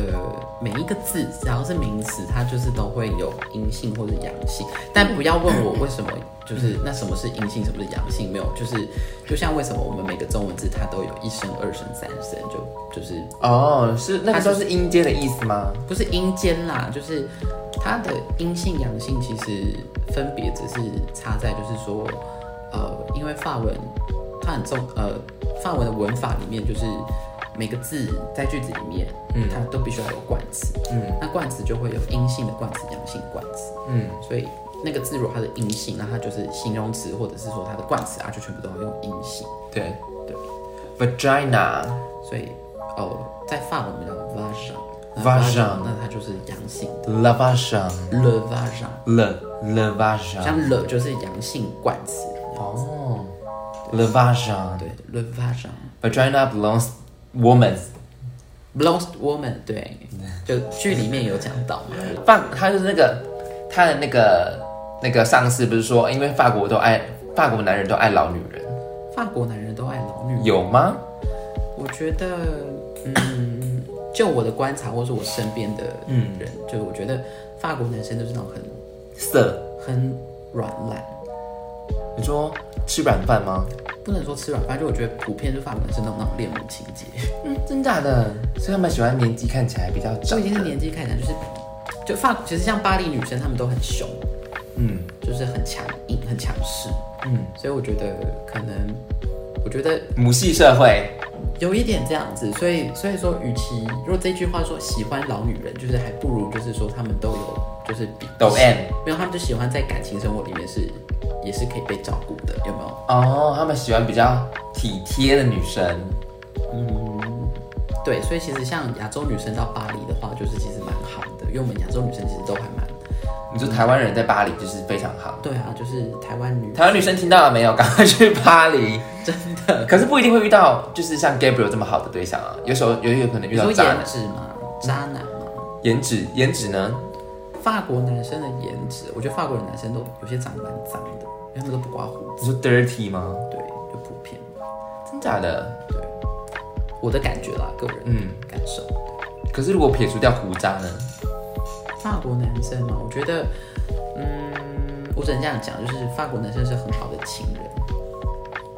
[SPEAKER 2] 每一个字，只要是名词，它就是都会有阴性或者阳性。但不要问我为什么，就是那什么是阴性，什么是阳性，没有，就是就像为什么我们每个中文字它都有一声、二声、三声，就就是
[SPEAKER 1] 哦，是那个时候是阴间的意思吗？
[SPEAKER 2] 不是阴间啦，就是它的阴性阳性其实分别只是差在就是说，呃，因为法文它很重，呃，法文的文法里面就是每个字在句子里面，嗯，它都必须要有冠词，嗯，那冠词就会有阴性的冠词、阳性的冠词，
[SPEAKER 1] 嗯，
[SPEAKER 2] 所以那个字如果它是阴性，那它就是形容词或者是说它的冠词啊，就全部都要用阴性，
[SPEAKER 1] 对
[SPEAKER 2] 对
[SPEAKER 1] ，vagina
[SPEAKER 2] 所以哦，在法文我们叫 vagin。
[SPEAKER 1] Vagin
[SPEAKER 2] 那它就是阳性
[SPEAKER 1] la vagina
[SPEAKER 2] ，le vagin。
[SPEAKER 1] le le vagina
[SPEAKER 2] 像了就是阳性冠词，
[SPEAKER 1] 哦，le vagina
[SPEAKER 2] 对 l e v a g i
[SPEAKER 1] vagina belongs woman。
[SPEAKER 2] n blonde woman，对，就剧里面有讲到嘛，
[SPEAKER 1] 法他就是那个他的那个那个上司不是说，因为法国都爱法国男人都爱老女人，
[SPEAKER 2] 法国男人都爱老女人，
[SPEAKER 1] 有吗？
[SPEAKER 2] 我觉得，嗯，就我的观察或是我身边的人，就我觉得法国男生都是那种很
[SPEAKER 1] 色，
[SPEAKER 2] 很软烂，
[SPEAKER 1] 你说吃软饭吗？
[SPEAKER 2] 不能说吃软饭，就我觉得普遍就法国男生都有那种恋母情节，
[SPEAKER 1] 嗯，真假的，所以他们喜欢年纪看起来比较
[SPEAKER 2] 就
[SPEAKER 1] 长
[SPEAKER 2] 已。经是年纪看起来就是，就法其实像巴黎女生她们都很凶，
[SPEAKER 1] 嗯
[SPEAKER 2] 就是很强硬、很强势，
[SPEAKER 1] 嗯，
[SPEAKER 2] 所以我觉得可能，我觉得
[SPEAKER 1] 母系社会，
[SPEAKER 2] 有一点这样子，所以所以说，与其如果这句话说喜欢老女人，就是还不如就是说他们都有就是比
[SPEAKER 1] 抖 M
[SPEAKER 2] 没有他们就喜欢在感情生活里面是也是可以被照顾的，有没有？
[SPEAKER 1] 哦，他们喜欢比较体贴的女生。
[SPEAKER 2] 对，所以其实像亚洲女生到巴黎的话，就是其实蛮好的，因为我们亚洲女生其实都还蛮
[SPEAKER 1] 你说台湾人在巴黎就是非常好，
[SPEAKER 2] 对啊，就是台湾女
[SPEAKER 1] 台湾女生听到了没有？赶快去巴黎。
[SPEAKER 2] 真的，
[SPEAKER 1] 可是不一定会遇到，就是像 Gabriel 这么好的对象啊。有时候有有可能遇
[SPEAKER 2] 你
[SPEAKER 1] 到
[SPEAKER 2] 说
[SPEAKER 1] 渣嗯
[SPEAKER 2] 颜
[SPEAKER 1] 男，
[SPEAKER 2] 值嘛，渣男嘛，
[SPEAKER 1] 颜值颜值呢？
[SPEAKER 2] 法国男生的颜值，我觉得法国人男生都有些长得蛮脏的，因为他们都不刮胡子，
[SPEAKER 1] 你说 dirty 吗？
[SPEAKER 2] 对，就普遍。
[SPEAKER 1] 真假的？
[SPEAKER 2] 我的感觉啦，个人
[SPEAKER 1] 嗯。
[SPEAKER 2] 感受。
[SPEAKER 1] 可是如果撇除掉胡渣呢？
[SPEAKER 2] 法国男生嘛，我觉得，嗯，我只能这样讲，就是法国男生是很好的情人，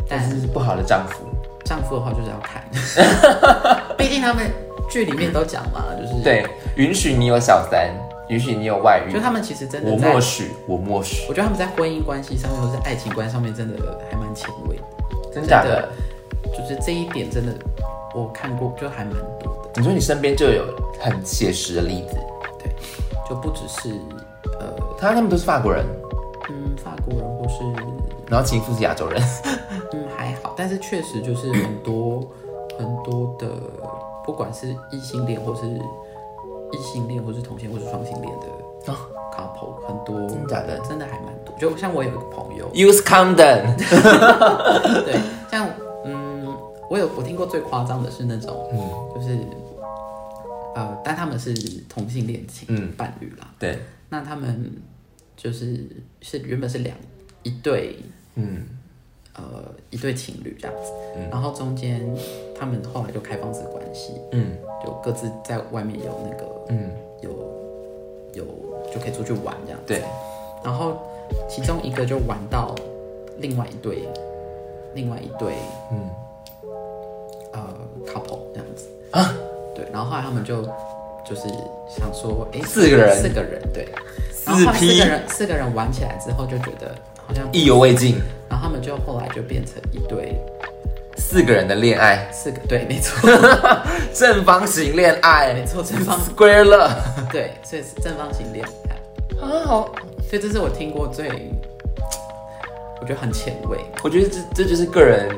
[SPEAKER 1] 但
[SPEAKER 2] 但
[SPEAKER 1] 是不好的丈夫。
[SPEAKER 2] 丈夫的话就是 要看，毕竟他们剧里面都讲嘛，就是，
[SPEAKER 1] 对，允许你有小三，允许你有外遇
[SPEAKER 2] 就，他们其实真
[SPEAKER 1] 我
[SPEAKER 2] 的在，
[SPEAKER 1] 默
[SPEAKER 2] 我
[SPEAKER 1] 许，我默许。
[SPEAKER 2] 觉得他们在婚姻关系上面或者爱情观上面真的还蛮前卫的，
[SPEAKER 1] 真假的？
[SPEAKER 2] 就是这一点真的我看过就还蛮多的，
[SPEAKER 1] 你说你身边就有很写实的例子，
[SPEAKER 2] 对，就不只是呃，
[SPEAKER 1] 他他们都是法国人，
[SPEAKER 2] 嗯，法国人或是
[SPEAKER 1] 然后情妇是亚洲人。
[SPEAKER 2] 嗯，还好，但是确实就是很多 很多的，不管是异性恋或是异性恋，或是同性，或是双性恋的 couple，很多
[SPEAKER 1] 真假的，
[SPEAKER 2] 真的还蛮多。就像我有一个朋友
[SPEAKER 1] Use condom，
[SPEAKER 2] 对，像嗯，我有我听过最夸张的是那种，
[SPEAKER 1] 嗯
[SPEAKER 2] 就是呃，但他们是同性恋情
[SPEAKER 1] 嗯
[SPEAKER 2] 伴侣啦，
[SPEAKER 1] 对，
[SPEAKER 2] 那他们就是是原本是两一对
[SPEAKER 1] 嗯，
[SPEAKER 2] 呃一对情侣这样子，然后中间他们后来就开放式关系，
[SPEAKER 1] 嗯
[SPEAKER 2] 就各自在外面有那个
[SPEAKER 1] 嗯，
[SPEAKER 2] 有有就可以出去玩这样子，
[SPEAKER 1] 对，
[SPEAKER 2] 然后其中一个就玩到另外一对另外一对
[SPEAKER 1] 嗯
[SPEAKER 2] 呃 couple 这样子啊，对，然后后来他们就就是想说，哎，
[SPEAKER 1] 四个人
[SPEAKER 2] 四个人对，然后
[SPEAKER 1] 四
[SPEAKER 2] 后来四
[SPEAKER 1] P
[SPEAKER 2] 个人四个人玩起来之后就觉得好像，
[SPEAKER 1] 意犹未尽，
[SPEAKER 2] 然后他们就后来就变成一对
[SPEAKER 1] 四个人的恋爱，
[SPEAKER 2] 四个对，没错
[SPEAKER 1] 正方形恋爱
[SPEAKER 2] 没错，正方
[SPEAKER 1] ，square love，
[SPEAKER 2] 对，所以是正方形恋爱，
[SPEAKER 1] 啊好，
[SPEAKER 2] 所以这是我听过最我觉得很前卫，
[SPEAKER 1] 我觉得这这就是个人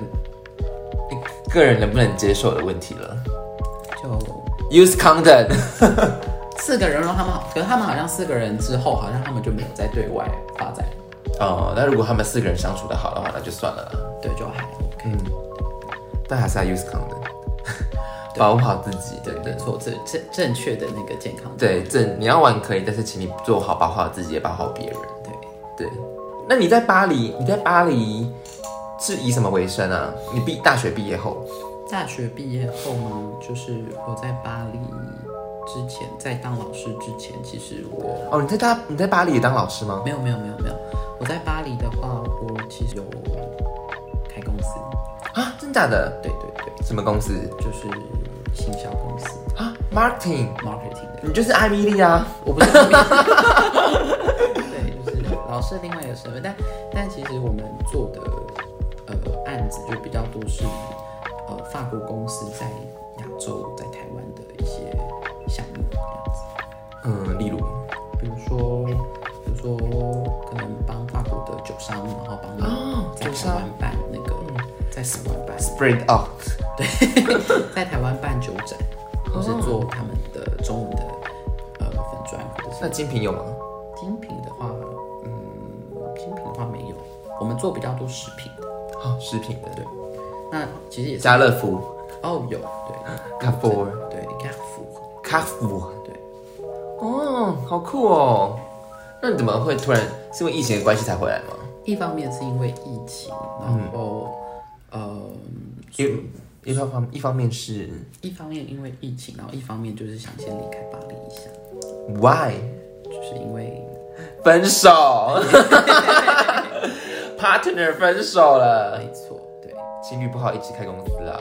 [SPEAKER 1] 个人能不能接受的问题了。
[SPEAKER 2] 就
[SPEAKER 1] Use condom，
[SPEAKER 2] 四个人让他们好，可是他们好像四个人之后，好像他们就没有再对外发展，
[SPEAKER 1] 哦，那如果他们四个人相处的好的话，那就算了啦，
[SPEAKER 2] 对，就还 OK。
[SPEAKER 1] 但还是要 use condom，保护好自己，对不
[SPEAKER 2] 没
[SPEAKER 1] 对？
[SPEAKER 2] 错，这正正确的那个健康
[SPEAKER 1] 对，这你要玩可以，但是请你做好保护好自己，也保护好别人。
[SPEAKER 2] 对，
[SPEAKER 1] 对，那你在巴黎，你在巴黎是以什么为生啊？你毕大学毕业后，
[SPEAKER 2] 大学毕业后呢，就是我在巴黎之前，在当老师之前，其实我
[SPEAKER 1] 哦，你在大你在巴黎也当老师吗？
[SPEAKER 2] 没有没有没有没有，我在巴黎的话，我其实有开公司，
[SPEAKER 1] 啊，真假的？
[SPEAKER 2] 对对对，
[SPEAKER 1] 什么公司
[SPEAKER 2] 就是行销公司
[SPEAKER 1] 啊？Marketing，
[SPEAKER 2] marketing 的，
[SPEAKER 1] 你就是艾米丽啊？
[SPEAKER 2] 我不是 对，就是老师另外一个身份，但但其实我们做的呃案子就比较多是呃法国公司在亚洲在台湾的一些项目这样子。
[SPEAKER 1] 嗯，例如，
[SPEAKER 2] 比如说，比如说可能帮法国的酒商，然后帮
[SPEAKER 1] 哦
[SPEAKER 2] 在
[SPEAKER 1] 酒
[SPEAKER 2] 台
[SPEAKER 1] 商
[SPEAKER 2] 湾办那个，在台湾办，
[SPEAKER 1] Spread out，
[SPEAKER 2] 在台湾办酒展，或
[SPEAKER 1] 哦
[SPEAKER 2] 是做他们的中文的呃粉砖，或者
[SPEAKER 1] 那
[SPEAKER 2] 是
[SPEAKER 1] 精品有吗？
[SPEAKER 2] 精品的话，嗯，精品的话没有，我们做比较多食品的，
[SPEAKER 1] 哦，食品的，对，
[SPEAKER 2] 那其实也是
[SPEAKER 1] 家乐福、
[SPEAKER 2] 哦有对
[SPEAKER 1] 卡夫、
[SPEAKER 2] 对家福，
[SPEAKER 1] 卡夫，
[SPEAKER 2] 对，
[SPEAKER 1] 哦，好酷哦。那你怎么会突然是因为疫情的关系才回来吗？
[SPEAKER 2] 一方面是因为疫情，然后呃。
[SPEAKER 1] 一一方方一方面是
[SPEAKER 2] 一方面因为疫情，然后一方面就是想先离开巴黎一下。
[SPEAKER 1] why
[SPEAKER 2] 就是因为
[SPEAKER 1] 分手 ，partner 分手了，
[SPEAKER 2] 没错，对，
[SPEAKER 1] 情侣不好一起开公司啊。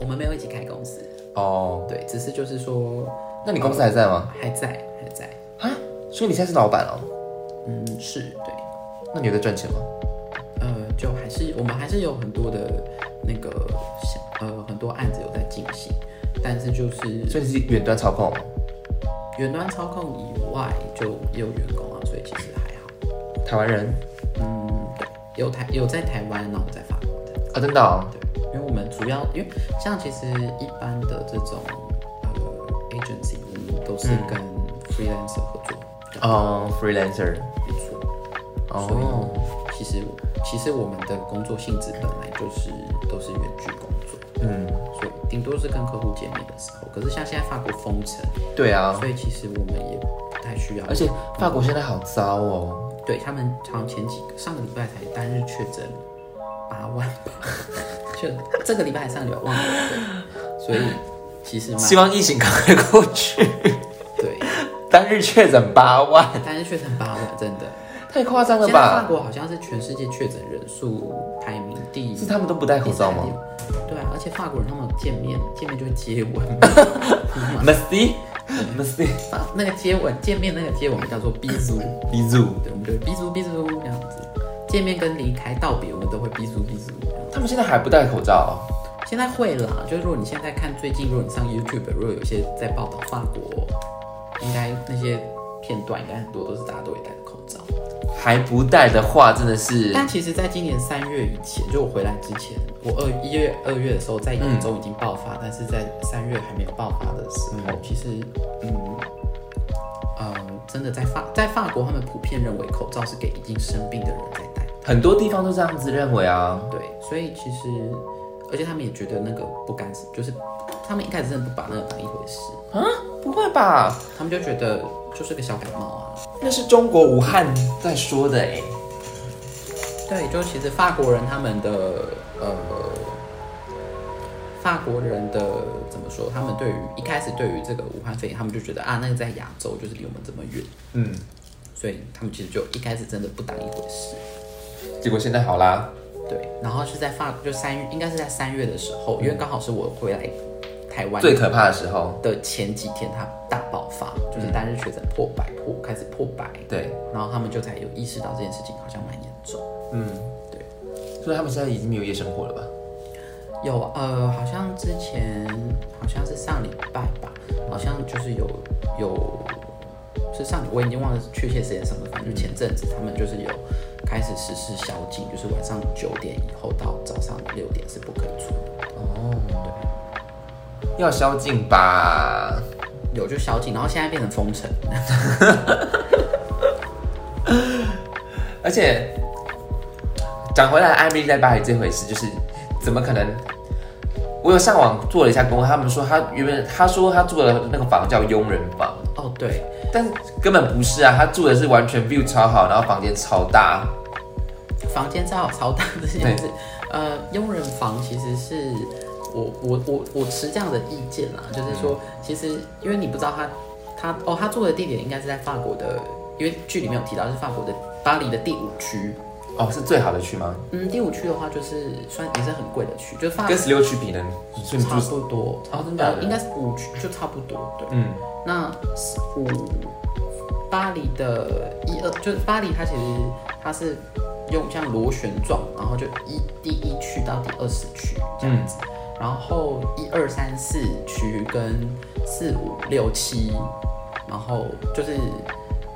[SPEAKER 2] 我们没有一起开公司，
[SPEAKER 1] 哦，
[SPEAKER 2] 对，只是就是说呃
[SPEAKER 1] 那你公司还在吗？
[SPEAKER 2] 还在还在，
[SPEAKER 1] 啊，所以你现在是老板哦？
[SPEAKER 2] 嗯，是对，
[SPEAKER 1] 那你有在赚钱吗？
[SPEAKER 2] 呃，就还是我们还是有很多的那个项呃很多案子有在进行，但是就是
[SPEAKER 1] 所以你是远端操控？哦
[SPEAKER 2] 远端操控以外，就也有员工啊，所以其实还好，
[SPEAKER 1] 台湾人
[SPEAKER 2] 嗯，对，有台有在台湾，然后在法国的。
[SPEAKER 1] 啊、真的、哦？
[SPEAKER 2] 对，因为我们主要因为像其实一般的这种呃 agency 嗯都是跟
[SPEAKER 1] 嗯
[SPEAKER 2] freelancer 合作，
[SPEAKER 1] 哦、f r e e l a n c e r
[SPEAKER 2] 没错。
[SPEAKER 1] 哦，
[SPEAKER 2] 所以其实其实我们的工作性质本来就是都是远距工作，
[SPEAKER 1] 嗯，
[SPEAKER 2] 所以顶多是跟客户见面的时候。可是像现在法国封城，
[SPEAKER 1] 对啊，
[SPEAKER 2] 所以其实我们也不太需要，
[SPEAKER 1] 而且法国现在好糟哦，
[SPEAKER 2] 对他们好像前几个上个礼拜才单日确诊八万吧，就这个礼拜还上个礼拜忘了，对所以其实蛮
[SPEAKER 1] 希望疫情赶快过去。
[SPEAKER 2] 对，
[SPEAKER 1] 单日确诊八万，
[SPEAKER 2] 单日确诊八万，真的。
[SPEAKER 1] 太夸张了
[SPEAKER 2] 现在法
[SPEAKER 1] 吧？
[SPEAKER 2] 国好像是全世界确诊人数排名第
[SPEAKER 1] 是他们都不戴口罩吗？？
[SPEAKER 2] 第三对啊，而且法国人他们见面见面就会接吻，
[SPEAKER 1] ？Messi Messi
[SPEAKER 2] 法那个接吻见面那个接吻叫做 b i z
[SPEAKER 1] 鼻祖，
[SPEAKER 2] 对，我们就会 b i z b i z 这样子。见面跟离开道别，我们都会 b i z b i z
[SPEAKER 1] 他们现在还不戴口罩
[SPEAKER 2] 现在会啦，就是如果你现在看最近，如果你上 YouTube，如果有些在报道法国，应该那些片段应该很多都是大家都会戴着口罩。
[SPEAKER 1] 哦，还不戴的话，真的是
[SPEAKER 2] 但其实，在今年三月以前，就我回来之前，我二一月、二月的时候在亚洲已经爆发，但是在三月还没有爆发的时候，其实，嗯，呃，真的在法在法国，他们普遍认为口罩是给已经生病的人在戴，
[SPEAKER 1] 很多地方都这样子认为啊。
[SPEAKER 2] 对，所以其实，而且他们也觉得那个不干，就是他们一开始真的不把那个当一回事，
[SPEAKER 1] 啊，不会吧？
[SPEAKER 2] 他们就觉得就是个小感冒啊，
[SPEAKER 1] 那是中国武汉在说的哎、
[SPEAKER 2] 对，就其实法国人他们的呃，法国人的怎么说？他们对于一开始对于这个武汉肺炎，他们就觉得啊，那个在亚洲就是离我们这么远，
[SPEAKER 1] 嗯，
[SPEAKER 2] 所以他们其实就一开始真的不当一回事。
[SPEAKER 1] 结果现在好啦，
[SPEAKER 2] 对，然后是在法就三月，应该是在三月的时候，因为刚好是我回来台湾
[SPEAKER 1] 最可怕的时候，
[SPEAKER 2] 的前几天，它大爆发，就是单日确诊破百破开始破百，
[SPEAKER 1] 嗯对，
[SPEAKER 2] 然后他们就才有意识到这件事情好像蛮严重。
[SPEAKER 1] 所以他们现在已经没有夜生活了吧？
[SPEAKER 2] 有呃，好像之前好像是上礼拜吧，好像就是有有是上我已经忘了确切时间什么，反正就前阵子他们就是有开始实施宵禁，就是晚上九点以后到早上六点是不可以出门，
[SPEAKER 1] 哦要宵禁吧？
[SPEAKER 2] 有就宵禁，然后现在变成封城，
[SPEAKER 1] 而且讲回来，艾米丽在巴黎这回事，就是怎么可能？我有上网做了一下功课，他们说他原本他说他住的那个房叫佣人房，
[SPEAKER 2] 哦对，
[SPEAKER 1] 但是根本不是啊，他住的是完全 view 超好，然后房间超大，
[SPEAKER 2] 房间超好超大这件事，呃，佣人房其实是我我我我持这样的意见啦，就是说，其实因为你不知道他他哦，他住的地点应该是在法国的，因为剧里面有提到是法国的巴黎的第五区，
[SPEAKER 1] 哦，是最好的区吗？
[SPEAKER 2] 嗯，第五区的话就是算也是很贵的区，就是法
[SPEAKER 1] 跟十六区比呢？是啊不
[SPEAKER 2] 差
[SPEAKER 1] 是
[SPEAKER 2] 不多，
[SPEAKER 1] 哦真的假
[SPEAKER 2] 呃
[SPEAKER 1] 的
[SPEAKER 2] 应该是五区就差不多，对。
[SPEAKER 1] 嗯，
[SPEAKER 2] 那五巴黎的一二，就是巴黎它其实它是用像螺旋状，然后就一第一区到第二十区这样子，
[SPEAKER 1] 嗯
[SPEAKER 2] 然后一二三四区跟四五六七，然后就是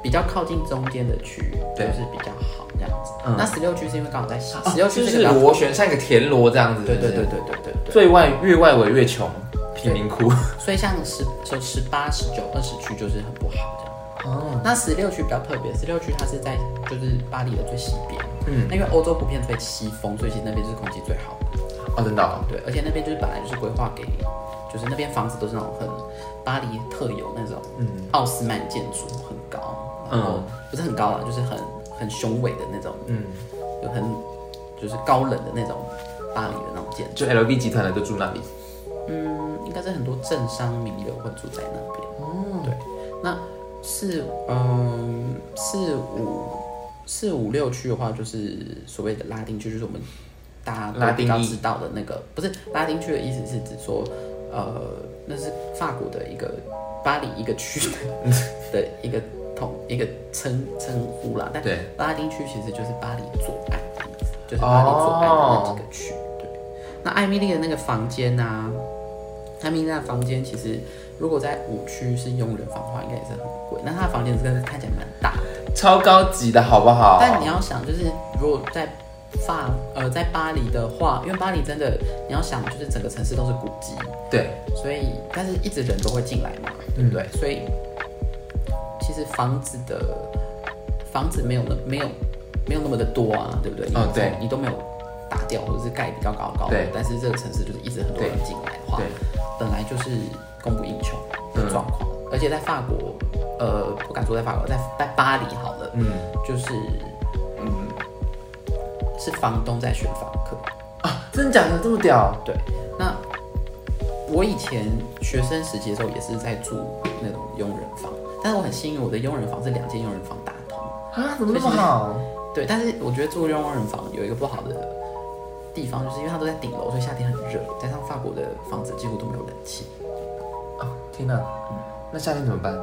[SPEAKER 2] 比较靠近中间的区，就
[SPEAKER 1] 对
[SPEAKER 2] 是比较好这样子。
[SPEAKER 1] 嗯
[SPEAKER 2] 那十六区是因为刚好在西，
[SPEAKER 1] 哦
[SPEAKER 2] 十六
[SPEAKER 1] 就
[SPEAKER 2] 区
[SPEAKER 1] 是
[SPEAKER 2] 个比较
[SPEAKER 1] 螺旋，像一个田螺这样子。
[SPEAKER 2] 对
[SPEAKER 1] 是不
[SPEAKER 2] 对
[SPEAKER 1] 是
[SPEAKER 2] 对对，对对对。
[SPEAKER 1] 最外越外围越穷，贫民窟。
[SPEAKER 2] 所以像十就十八、十九、二十区就是很不好这样。
[SPEAKER 1] 哦，
[SPEAKER 2] 那十六区比较特别，十六区它是在就是巴黎的最西边，
[SPEAKER 1] 嗯，
[SPEAKER 2] 那因为欧洲普遍吹西风，所以其实那边就是空气最好的。
[SPEAKER 1] 哦，真的哦，
[SPEAKER 2] 对，而且那边就是本来就是规划给，就是那边房子都是那种很巴黎特有那种，
[SPEAKER 1] 嗯
[SPEAKER 2] 奥斯曼建筑很高，然后
[SPEAKER 1] 嗯
[SPEAKER 2] 不是很高啦，就是很很雄伟的那种，
[SPEAKER 1] 嗯，
[SPEAKER 2] 就很就是高冷的那种巴黎的那种建
[SPEAKER 1] 就
[SPEAKER 2] 筑。
[SPEAKER 1] LV 集团的都住那里。
[SPEAKER 2] 嗯，应该是很多政商名流会住在那边。哦，对，那四嗯四五四五六区的话，就是所谓的拉丁区，就是我们大家
[SPEAKER 1] 拉
[SPEAKER 2] 都比
[SPEAKER 1] 丁
[SPEAKER 2] 较
[SPEAKER 1] 裔
[SPEAKER 2] 知道的那个，不是拉丁区的意思是指说，呃，那是法国的一个巴黎一个区的一个统一个称称呼啦，但
[SPEAKER 1] 对
[SPEAKER 2] 拉丁区其实就是巴黎左岸的意思，就是巴黎左岸的那几个区。对，那艾米丽的那个房间啊，艾米丽的房间其实如果在五区是佣人房的话，应该也是很贵。那她的房间真的是看起来蛮大的，
[SPEAKER 1] 超高级的好不好？
[SPEAKER 2] 但你要想，就是如果在法呃在巴黎的话，因为巴黎真的你要想，就是整个城市都是古迹，
[SPEAKER 1] 对，
[SPEAKER 2] 所以但是一直人都会进来嘛，
[SPEAKER 1] 嗯
[SPEAKER 2] 对不对？所以其实房子的房子没有那没有没有那么的多啊，对不对？你
[SPEAKER 1] 哦对
[SPEAKER 2] 你都没有打掉或者是盖比较高高的
[SPEAKER 1] 对，
[SPEAKER 2] 但是这个城市就是一直很多人
[SPEAKER 1] 对
[SPEAKER 2] 进来的话
[SPEAKER 1] 对，
[SPEAKER 2] 本来就是供不应求的状况，
[SPEAKER 1] 嗯
[SPEAKER 2] 而且在法国，呃，不敢说在法国，在在巴黎好了，
[SPEAKER 1] 嗯，
[SPEAKER 2] 就是嗯是房东在选房客，
[SPEAKER 1] 啊，真的假的这么屌？
[SPEAKER 2] 对，那我以前学生时期的时候也是在住那种佣人房，但是我很幸运，我的佣人房是两间佣人房打通。
[SPEAKER 1] 啊，怎么那么好？
[SPEAKER 2] 对，但是我觉得住佣人房有一个不好的地方，就是因为它都在顶楼，所以夏天很热，加上法国的房子几乎都没有冷气，
[SPEAKER 1] 啊，天哪，那夏天怎么办？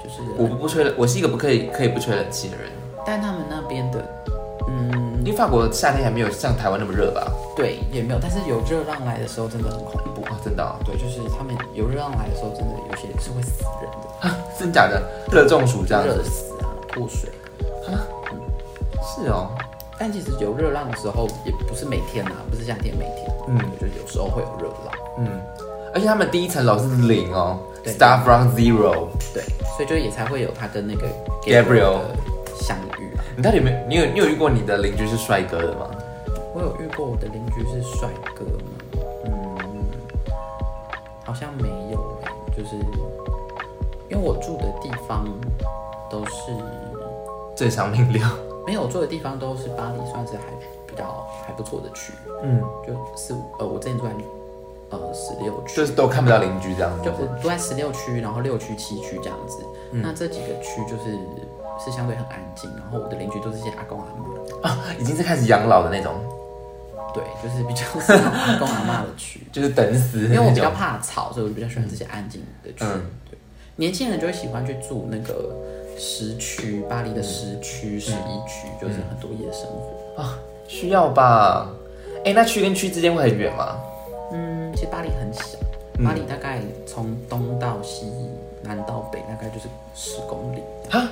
[SPEAKER 2] 就是
[SPEAKER 1] 我不吹冷，我是一个不可以可以不吹冷气的人，
[SPEAKER 2] 但他们那边的，嗯，
[SPEAKER 1] 因为法国夏天还没有像台湾那么热吧？
[SPEAKER 2] 对，也没有，但是有热浪来的时候真的很恐怖。
[SPEAKER 1] 啊，真的哦、
[SPEAKER 2] 对，就是他们有热浪来的时候，真的有些是会死人的。
[SPEAKER 1] 真的假的？热中暑这样子？
[SPEAKER 2] 热死啊，脱水。
[SPEAKER 1] 是哦，
[SPEAKER 2] 但其实有热浪的时候，也不是每天啊，不是夏天每天，嗯
[SPEAKER 1] 嗯，
[SPEAKER 2] 就有时候会有热浪，
[SPEAKER 1] 嗯，而且他们第一层楼是零哦
[SPEAKER 2] 对
[SPEAKER 1] ，start from zero。
[SPEAKER 2] 对，所以就也才会有他跟那个
[SPEAKER 1] Gabriel
[SPEAKER 2] 的相遇啊。
[SPEAKER 1] 你到底有没有？你有你有遇过你的邻居是帅哥的吗？
[SPEAKER 2] 我有遇过我的邻居是帅哥吗？嗯，好像没有、欸，就是因为我住的地方都是
[SPEAKER 1] 正常命令。
[SPEAKER 2] 没有我住的地方都是巴黎，算是还比较还不错的区，
[SPEAKER 1] 嗯，
[SPEAKER 2] 就四五呃，我之前住在呃十六区，
[SPEAKER 1] 就是都看不到邻居这样
[SPEAKER 2] 就
[SPEAKER 1] 子。
[SPEAKER 2] 我住在十六区，然后六区、七区这样子。那这几个区就是是相对很安静，然后我的邻居都是一些阿公阿妈，
[SPEAKER 1] 啊，已经是开始养老的那种，。
[SPEAKER 2] 对，就是比较 是那种阿公阿妈的区
[SPEAKER 1] 就是等死的
[SPEAKER 2] 因为我
[SPEAKER 1] 那
[SPEAKER 2] 比较
[SPEAKER 1] 种。
[SPEAKER 2] 怕吵，所以我比较喜欢这些安静的区。
[SPEAKER 1] 嗯
[SPEAKER 2] 对，年轻人就会喜欢去住那个十区，巴黎的十区、十一区，就是很多夜生活。嗯
[SPEAKER 1] 需要吧？哎、那区跟区之间会很远吗？
[SPEAKER 2] 嗯，其实巴黎很小，巴黎大概从东到西，南到北，大概就是十公里。
[SPEAKER 1] 哈，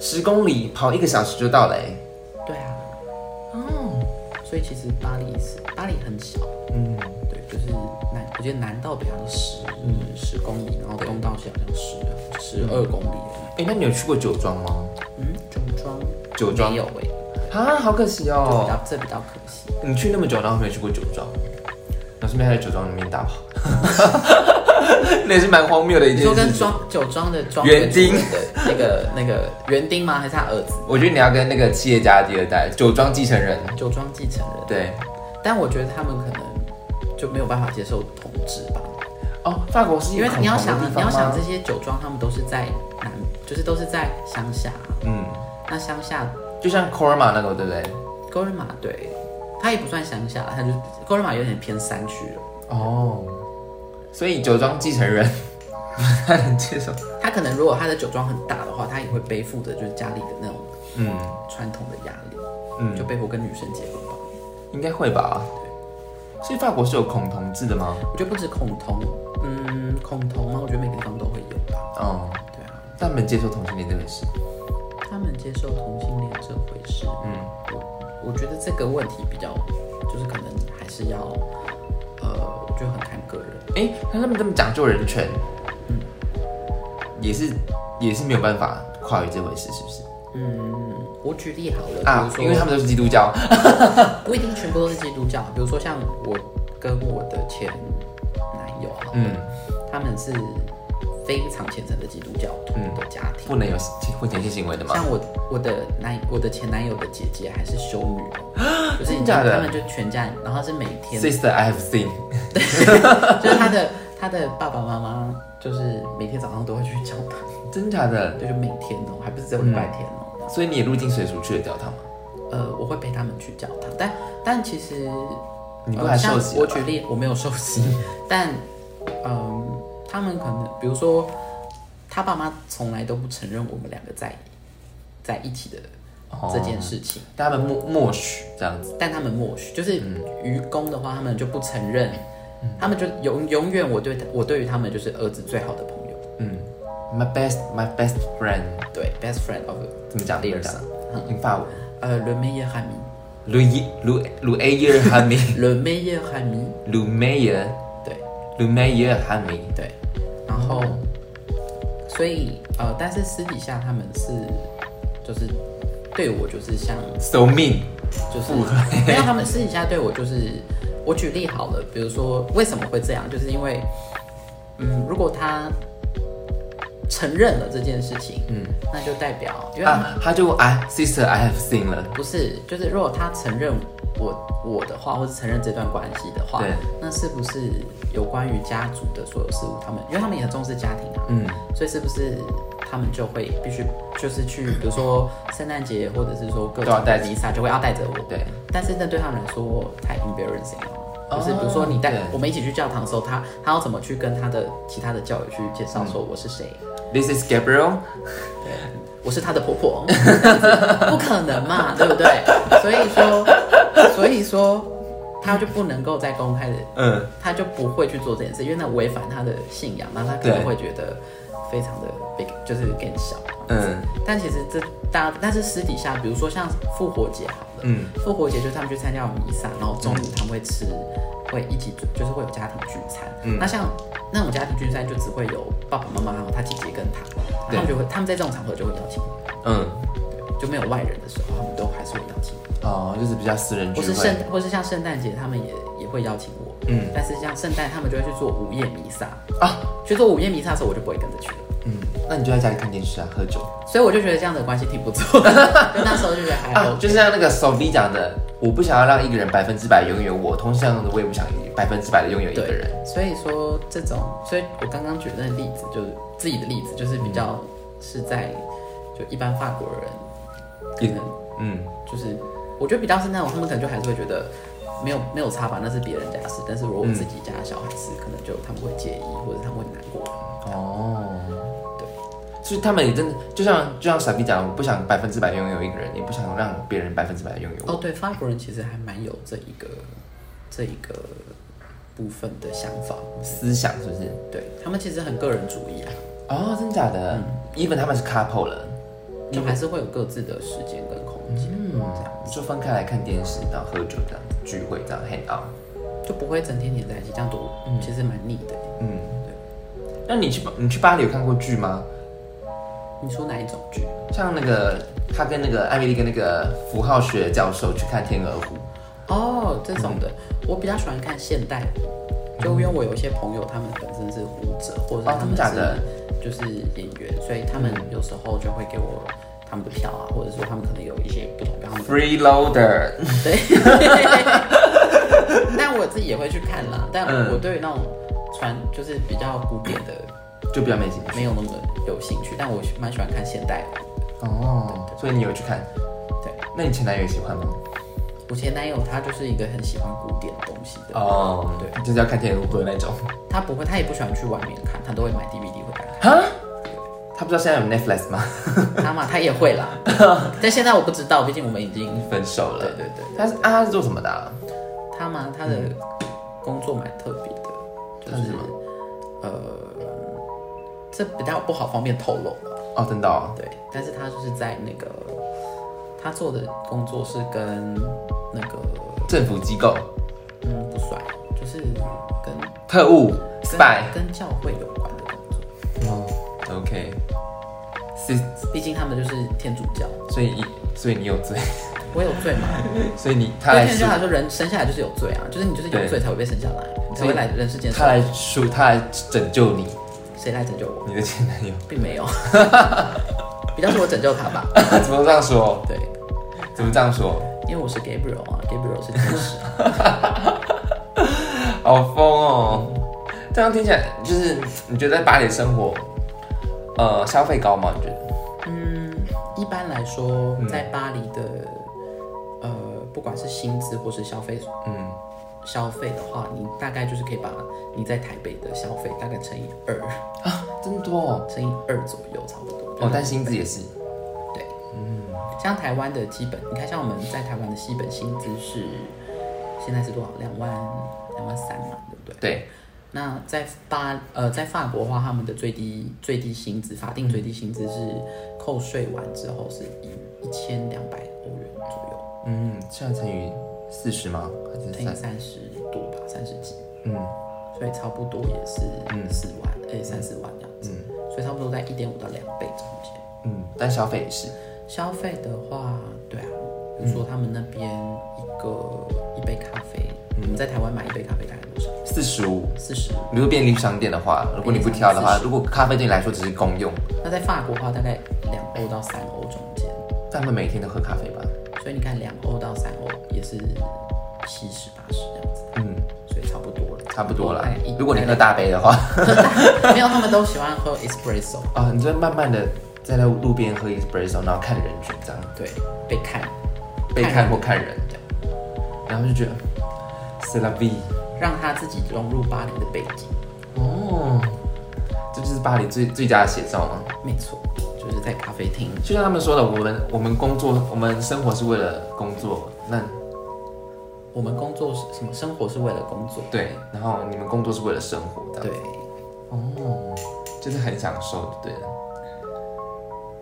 [SPEAKER 1] 十公里跑一个小时就到了、欸。
[SPEAKER 2] 对啊，哦，所以其实巴黎是巴黎很小，
[SPEAKER 1] 嗯，
[SPEAKER 2] 对，就是南，我觉得南到北好像十
[SPEAKER 1] 嗯
[SPEAKER 2] 十公里，然后东到西好像十十二公里而
[SPEAKER 1] 哎、那你有去过酒庄吗？
[SPEAKER 2] 已。嗯，酒庄，
[SPEAKER 1] 酒庄
[SPEAKER 2] 没有哎、欸，
[SPEAKER 1] 啊，好可惜
[SPEAKER 2] 这比
[SPEAKER 1] 哦。
[SPEAKER 2] 较这比较可惜。
[SPEAKER 1] 你去那么久，然后没有去过酒庄，然后顺便还在酒庄里面打跑。 那也是蛮荒谬的一
[SPEAKER 2] 你
[SPEAKER 1] 件
[SPEAKER 2] 说
[SPEAKER 1] 事
[SPEAKER 2] 跟
[SPEAKER 1] 情。
[SPEAKER 2] 庄酒庄的庄
[SPEAKER 1] 园丁
[SPEAKER 2] 的那个那个园丁吗？还是他儿子？
[SPEAKER 1] 我觉得你要跟那个企业家的第二代酒庄继承人，
[SPEAKER 2] 酒庄继承人。
[SPEAKER 1] 对，
[SPEAKER 2] 但我觉得他们可能就没有办法接受统治吧，
[SPEAKER 1] 哦，法国是一
[SPEAKER 2] 因
[SPEAKER 1] 个
[SPEAKER 2] 为你要
[SPEAKER 1] 很
[SPEAKER 2] 想
[SPEAKER 1] 红的
[SPEAKER 2] 啊，
[SPEAKER 1] 地
[SPEAKER 2] 你
[SPEAKER 1] 方
[SPEAKER 2] 要想
[SPEAKER 1] 吗
[SPEAKER 2] 这些酒庄，他们都是在南，就是都是在乡下啊。
[SPEAKER 1] 嗯，
[SPEAKER 2] 那乡下
[SPEAKER 1] 就像 Corma 那个对不对？
[SPEAKER 2] 哥尔玛对，它也不算乡下啦，它就是哥尔玛有点偏山区了。
[SPEAKER 1] 哦，所以酒庄继承人 不太能接受。
[SPEAKER 2] 他可能如果他的酒庄很大的话，他也会背负着就是家里的那种
[SPEAKER 1] 嗯
[SPEAKER 2] 传统的压力，就
[SPEAKER 1] 嗯，
[SPEAKER 2] 被迫跟女生结婚吧。
[SPEAKER 1] 应该会吧。所以法国是有恐同制的吗？
[SPEAKER 2] 我觉得不止恐同，嗯，恐同吗？我觉得每个地方都会有吧。
[SPEAKER 1] 哦，
[SPEAKER 2] 对啊，
[SPEAKER 1] 但没接受同性恋这回事。
[SPEAKER 2] 他们接受同性恋这回事，
[SPEAKER 1] 嗯
[SPEAKER 2] 我我觉得这个问题比较，就是可能还是要，呃，我觉得很看个人。
[SPEAKER 1] 哎，那他们这么讲究人权，也是也是没有办法跨越这回事，是不是？
[SPEAKER 2] 嗯，我举例好了，
[SPEAKER 1] 啊，
[SPEAKER 2] 比
[SPEAKER 1] 因
[SPEAKER 2] 如
[SPEAKER 1] 为他
[SPEAKER 2] 说
[SPEAKER 1] 们都是基督教。
[SPEAKER 2] 不一定全部都是基督教，比如说像我跟我的前男友好了，
[SPEAKER 1] 嗯，
[SPEAKER 2] 他们是非常虔诚的基督教徒的家庭。
[SPEAKER 1] 不能有婚前性行为的吗？
[SPEAKER 2] 像我我的男我的前男友的姐姐还是修女哦，就是
[SPEAKER 1] 啊真假的
[SPEAKER 2] 他们就全家，然后是每天
[SPEAKER 1] Sister, I have seen。
[SPEAKER 2] 就是他的他的爸爸妈妈，就是每天早上都会去教堂，
[SPEAKER 1] 真假的？
[SPEAKER 2] 就是每天哦，还不是只有礼拜天哦。
[SPEAKER 1] 所以你也入境随俗去了教堂吗？
[SPEAKER 2] 呃，我会陪他们去教堂，但但其实
[SPEAKER 1] 你不
[SPEAKER 2] 呃
[SPEAKER 1] 还
[SPEAKER 2] 像
[SPEAKER 1] 受洗了
[SPEAKER 2] 我
[SPEAKER 1] 吧
[SPEAKER 2] 举例，我没有受洗， 但嗯、他们可能比如说他爸妈从来都不承认我们两个在在一起的
[SPEAKER 1] 哦
[SPEAKER 2] 这件事情，
[SPEAKER 1] 但他们默默许这样子。
[SPEAKER 2] 但他们默许，就是
[SPEAKER 1] 嗯
[SPEAKER 2] 愚公的话，他们就不承认，他们就永永远我对他我对于他们就是儿子最好的朋友。
[SPEAKER 1] 嗯，My best, my best friend，
[SPEAKER 2] 对，best friend of
[SPEAKER 1] 怎么讲？怎么
[SPEAKER 2] Dear
[SPEAKER 1] 讲
[SPEAKER 2] son？嗯
[SPEAKER 1] 用法文。
[SPEAKER 2] 呃，le meilleur ami。
[SPEAKER 1] 鲁伊鲁鲁埃耶尔哈米，
[SPEAKER 2] le meilleur ami。
[SPEAKER 1] 鲁梅耶
[SPEAKER 2] 对
[SPEAKER 1] 鲁梅耶尔哈米。
[SPEAKER 2] 对，然后，所以呃，但是私底下他们是就是对我就是像
[SPEAKER 1] So mean，
[SPEAKER 2] 就是
[SPEAKER 1] 不
[SPEAKER 2] 没有他们私底下对我就是我举例好了，比如说为什么会这样，就是因为嗯，如果他承认了这件事情，嗯，那就代表因为他们
[SPEAKER 1] 啊，他就啊，Sister，I have seen 了。
[SPEAKER 2] 不是，就是如果他承认我我的话，或是承认这段关系的话
[SPEAKER 1] 对，
[SPEAKER 2] 那是不是有关于家族的所有事务，他们因为他们也很重视家庭啊，
[SPEAKER 1] 嗯，
[SPEAKER 2] 所以是不是他们就会必须就是去，比如说圣诞节或者是说各
[SPEAKER 1] 都要
[SPEAKER 2] 种
[SPEAKER 1] 带
[SPEAKER 2] 的
[SPEAKER 1] 着
[SPEAKER 2] 弥撒就会要带着我，
[SPEAKER 1] 对。
[SPEAKER 2] 但是那对他们来说太 embarrassing 了。
[SPEAKER 1] 哦
[SPEAKER 2] 就是比如说你带
[SPEAKER 1] 对
[SPEAKER 2] 我们一起去教堂的时候，他他要怎么去跟他的其他的教友去介绍说我是谁，
[SPEAKER 1] This is Gabriel。
[SPEAKER 2] 我是她的婆婆， 不可能嘛，对不对？所以说，所以说，她就不能够再公开的，
[SPEAKER 1] 嗯，
[SPEAKER 2] 她就不会去做这件事，因为那违反她的信仰，那她可能
[SPEAKER 1] 对
[SPEAKER 2] 会觉得非常的被，就是更小。
[SPEAKER 1] 嗯，
[SPEAKER 2] 但其实这大家，但是私底下，比如说像复活节好了，
[SPEAKER 1] 嗯，
[SPEAKER 2] 复活节就是他们去参加弥撒，然后中午他们会吃，会一起煮就是会有家庭聚餐。
[SPEAKER 1] 嗯
[SPEAKER 2] 那像那种家庭聚餐就只会有爸爸妈妈，然后他姐姐跟他，
[SPEAKER 1] 对
[SPEAKER 2] 他们就会他们在这种场合就会邀请你，
[SPEAKER 1] 嗯，
[SPEAKER 2] 对，就没有外人的时候，他们都还是会邀请我。
[SPEAKER 1] 哦，就是比较私人聚
[SPEAKER 2] 或
[SPEAKER 1] 会。
[SPEAKER 2] 是圣，或是像圣诞节，他们也也会邀请我。
[SPEAKER 1] 嗯
[SPEAKER 2] 嗯，但是像圣诞，他们就会去做午夜弥撒。
[SPEAKER 1] 啊，
[SPEAKER 2] 去做午夜弥撒的时候，我就不会跟着去了。
[SPEAKER 1] 嗯，那你就在家里看电视啊，喝酒
[SPEAKER 2] 所以我就觉得这样的关系挺不 错的，就那时候就觉得哎还好、
[SPEAKER 1] 啊，就是像那个 Sophie 讲的，我不想要让一个人百分之百拥有我，同时这样的我也不想百分之百的拥有一个
[SPEAKER 2] 对
[SPEAKER 1] 人。，
[SPEAKER 2] 所以说这种，所以我刚刚举的那个例子就是自己的例子，就是比较是在就一般法国人，可
[SPEAKER 1] 也
[SPEAKER 2] 能
[SPEAKER 1] 嗯，
[SPEAKER 2] 就是我觉得比较是那种，他们可能就还是会觉得没有没有差吧，那是别人家的事，但是如果我自己家的小孩是，可能就他们会介意，或者他们会难过。
[SPEAKER 1] 哦，
[SPEAKER 2] 对，
[SPEAKER 1] 所以他们也真的就像就像傻逼讲，我不想百分之百拥有一个人，也不想让别人百分之百拥有我。
[SPEAKER 2] 哦，对，法国人其实还蛮有这一个这一个部分的想法，
[SPEAKER 1] 思想是不是？
[SPEAKER 2] 对他们其实很个人主义啊，
[SPEAKER 1] 哦，真假的、e v e n 他们是 couple 了，
[SPEAKER 2] 就还是会有各自的时间跟空间，嗯，这样。
[SPEAKER 1] 就分开来看电视，然后喝酒这样子，聚会这样 hang out。
[SPEAKER 2] 就不会整天黏在一起，这样多、其实蛮腻的。
[SPEAKER 1] 嗯，对。那你去巴你去巴黎有看过剧吗？
[SPEAKER 2] 你说哪一种剧？
[SPEAKER 1] 像那个他跟那个艾米丽跟那个符号学教授去看《天鹅湖》，嗯
[SPEAKER 2] 哦，这种的，我比较喜欢看现代就因为我有一些朋友，他们本身是舞者，或
[SPEAKER 1] 哦
[SPEAKER 2] 者他
[SPEAKER 1] 真
[SPEAKER 2] 们
[SPEAKER 1] 的假的嗯
[SPEAKER 2] 是就是演员，所以他们有时候就会给我他们的票啊，或者说他们可能有一些不同票，他们
[SPEAKER 1] freeloader，
[SPEAKER 2] 对。 但我自己也会去看啦，但
[SPEAKER 1] 嗯
[SPEAKER 2] 我对于那种传就是比较古典的
[SPEAKER 1] 就比较没兴趣
[SPEAKER 2] 没有那么有兴趣，但我蛮喜欢看现代舞。
[SPEAKER 1] 哦，所以你有去看？
[SPEAKER 2] 对，
[SPEAKER 1] 那你前男友也喜欢吗？
[SPEAKER 2] 我前男友他就是一个很喜欢古典东西的，
[SPEAKER 1] 哦，
[SPEAKER 2] 对，
[SPEAKER 1] 就是要看天鹅湖的那种。
[SPEAKER 2] 他不会，他也不喜欢去外面看，他都会买 DVD 回来
[SPEAKER 1] 哈？他不知道现在有 Netflix 吗？
[SPEAKER 2] 看。 他嘛，他也会啦，但现在我不知道，毕竟我们已经
[SPEAKER 1] 分手了。
[SPEAKER 2] 对对对，
[SPEAKER 1] 他是啊，他是做什么的啊、
[SPEAKER 2] 他嘛，他的工作蛮特别的，就
[SPEAKER 1] 他是
[SPEAKER 2] 是
[SPEAKER 1] 什么
[SPEAKER 2] 呃，这比较不好方便透露吧。
[SPEAKER 1] 哦，真的哦。
[SPEAKER 2] 对，但是他就是在那个他做的工作是跟那个
[SPEAKER 1] 政府机构、
[SPEAKER 2] 嗯不算，就是跟
[SPEAKER 1] 特务、
[SPEAKER 2] 跟
[SPEAKER 1] spy。
[SPEAKER 2] 跟教会有关的工作，
[SPEAKER 1] 哦，OK。是，
[SPEAKER 2] 毕竟他们就是天主教。
[SPEAKER 1] 所以所以你有罪，
[SPEAKER 2] 我有罪吗？
[SPEAKER 1] 所以你他
[SPEAKER 2] 对
[SPEAKER 1] 来
[SPEAKER 2] 天主
[SPEAKER 1] 赎
[SPEAKER 2] 教来说，人生下来就是有罪啊，就是你就是有
[SPEAKER 1] 对
[SPEAKER 2] 罪才会被生下来，才
[SPEAKER 1] 所以
[SPEAKER 2] 会来人世间。
[SPEAKER 1] 他来赎他来拯救你，
[SPEAKER 2] 谁来拯救我？
[SPEAKER 1] 你的前男友，
[SPEAKER 2] 并没有，比较是我拯救他吧。
[SPEAKER 1] 怎么这样说？
[SPEAKER 2] 对，
[SPEAKER 1] 怎么这样说？
[SPEAKER 2] 因为我是 Gabriel 啊，Gabriel 是天 使。
[SPEAKER 1] 好疯哦！这样听起来就是你觉得在巴黎生活，呃，消费高吗？你觉得？
[SPEAKER 2] 一般来说，
[SPEAKER 1] 嗯
[SPEAKER 2] 在巴黎的、呃，不管是薪资或是消费
[SPEAKER 1] 嗯，
[SPEAKER 2] 消费的话，你大概就是可以把你在台北的消费大概乘以二，
[SPEAKER 1] 真多哦。
[SPEAKER 2] 乘以二左右，差不多。
[SPEAKER 1] 哦，但薪资也是，
[SPEAKER 2] 对，嗯，像台湾的基本，你看像我们在台湾的基本薪资是现在是多少？两万两万三嘛，对不对？
[SPEAKER 1] 对，
[SPEAKER 2] 那在巴呃在法国的话，他们的最低最低薪资法定最低薪资是扣税完之后是一一千两百欧元左右。
[SPEAKER 1] 嗯，现在乘以四十吗？还是
[SPEAKER 2] 乘以
[SPEAKER 1] 三？
[SPEAKER 2] 三十多吧，三十几，
[SPEAKER 1] 嗯，
[SPEAKER 2] 所以差不多也是四万，哎、三四万这样子，所以差不多在一点五到两倍中间。
[SPEAKER 1] 嗯，但消费也是，
[SPEAKER 2] 消费的话，对啊，比如说他们那边一个一杯咖啡，
[SPEAKER 1] 嗯
[SPEAKER 2] 我们在台湾买一杯咖啡大概多少？
[SPEAKER 1] 四十五。
[SPEAKER 2] 四十。
[SPEAKER 1] 如果便利商店的话，如果你不挑的话，如果咖啡对你来说只是公用，
[SPEAKER 2] 那在法国的话，大概两欧到三欧中间，
[SPEAKER 1] 但他们每天都喝咖啡吧？
[SPEAKER 2] 所以你看两欧到三欧也是七十八十这样子，
[SPEAKER 1] 嗯，
[SPEAKER 2] 所以差不多了。
[SPEAKER 1] 差不多啦
[SPEAKER 2] 大概哦哎一。哎
[SPEAKER 1] 如果你喝大杯的话，
[SPEAKER 2] 没有，他们都喜欢喝 espresso，
[SPEAKER 1] 啊，你就慢慢的在那路边喝 espresso，然后看人群这样，
[SPEAKER 2] 对，被看。
[SPEAKER 1] 被
[SPEAKER 2] 看
[SPEAKER 1] 看
[SPEAKER 2] 人
[SPEAKER 1] 或看人，然后就觉得 c e l a v i
[SPEAKER 2] 让他自己融入巴黎的背景。
[SPEAKER 1] 哦，这就是巴黎最最佳的写照吗？
[SPEAKER 2] 没错，就是在咖啡厅。
[SPEAKER 1] 就像他们说的，我们我们工作，我们生活是为了工作，那
[SPEAKER 2] 我们工作是什么？生活是为了工作。
[SPEAKER 1] 对，然后你们工作是为了生活，这样
[SPEAKER 2] 对，
[SPEAKER 1] 哦，就是很享受，对了。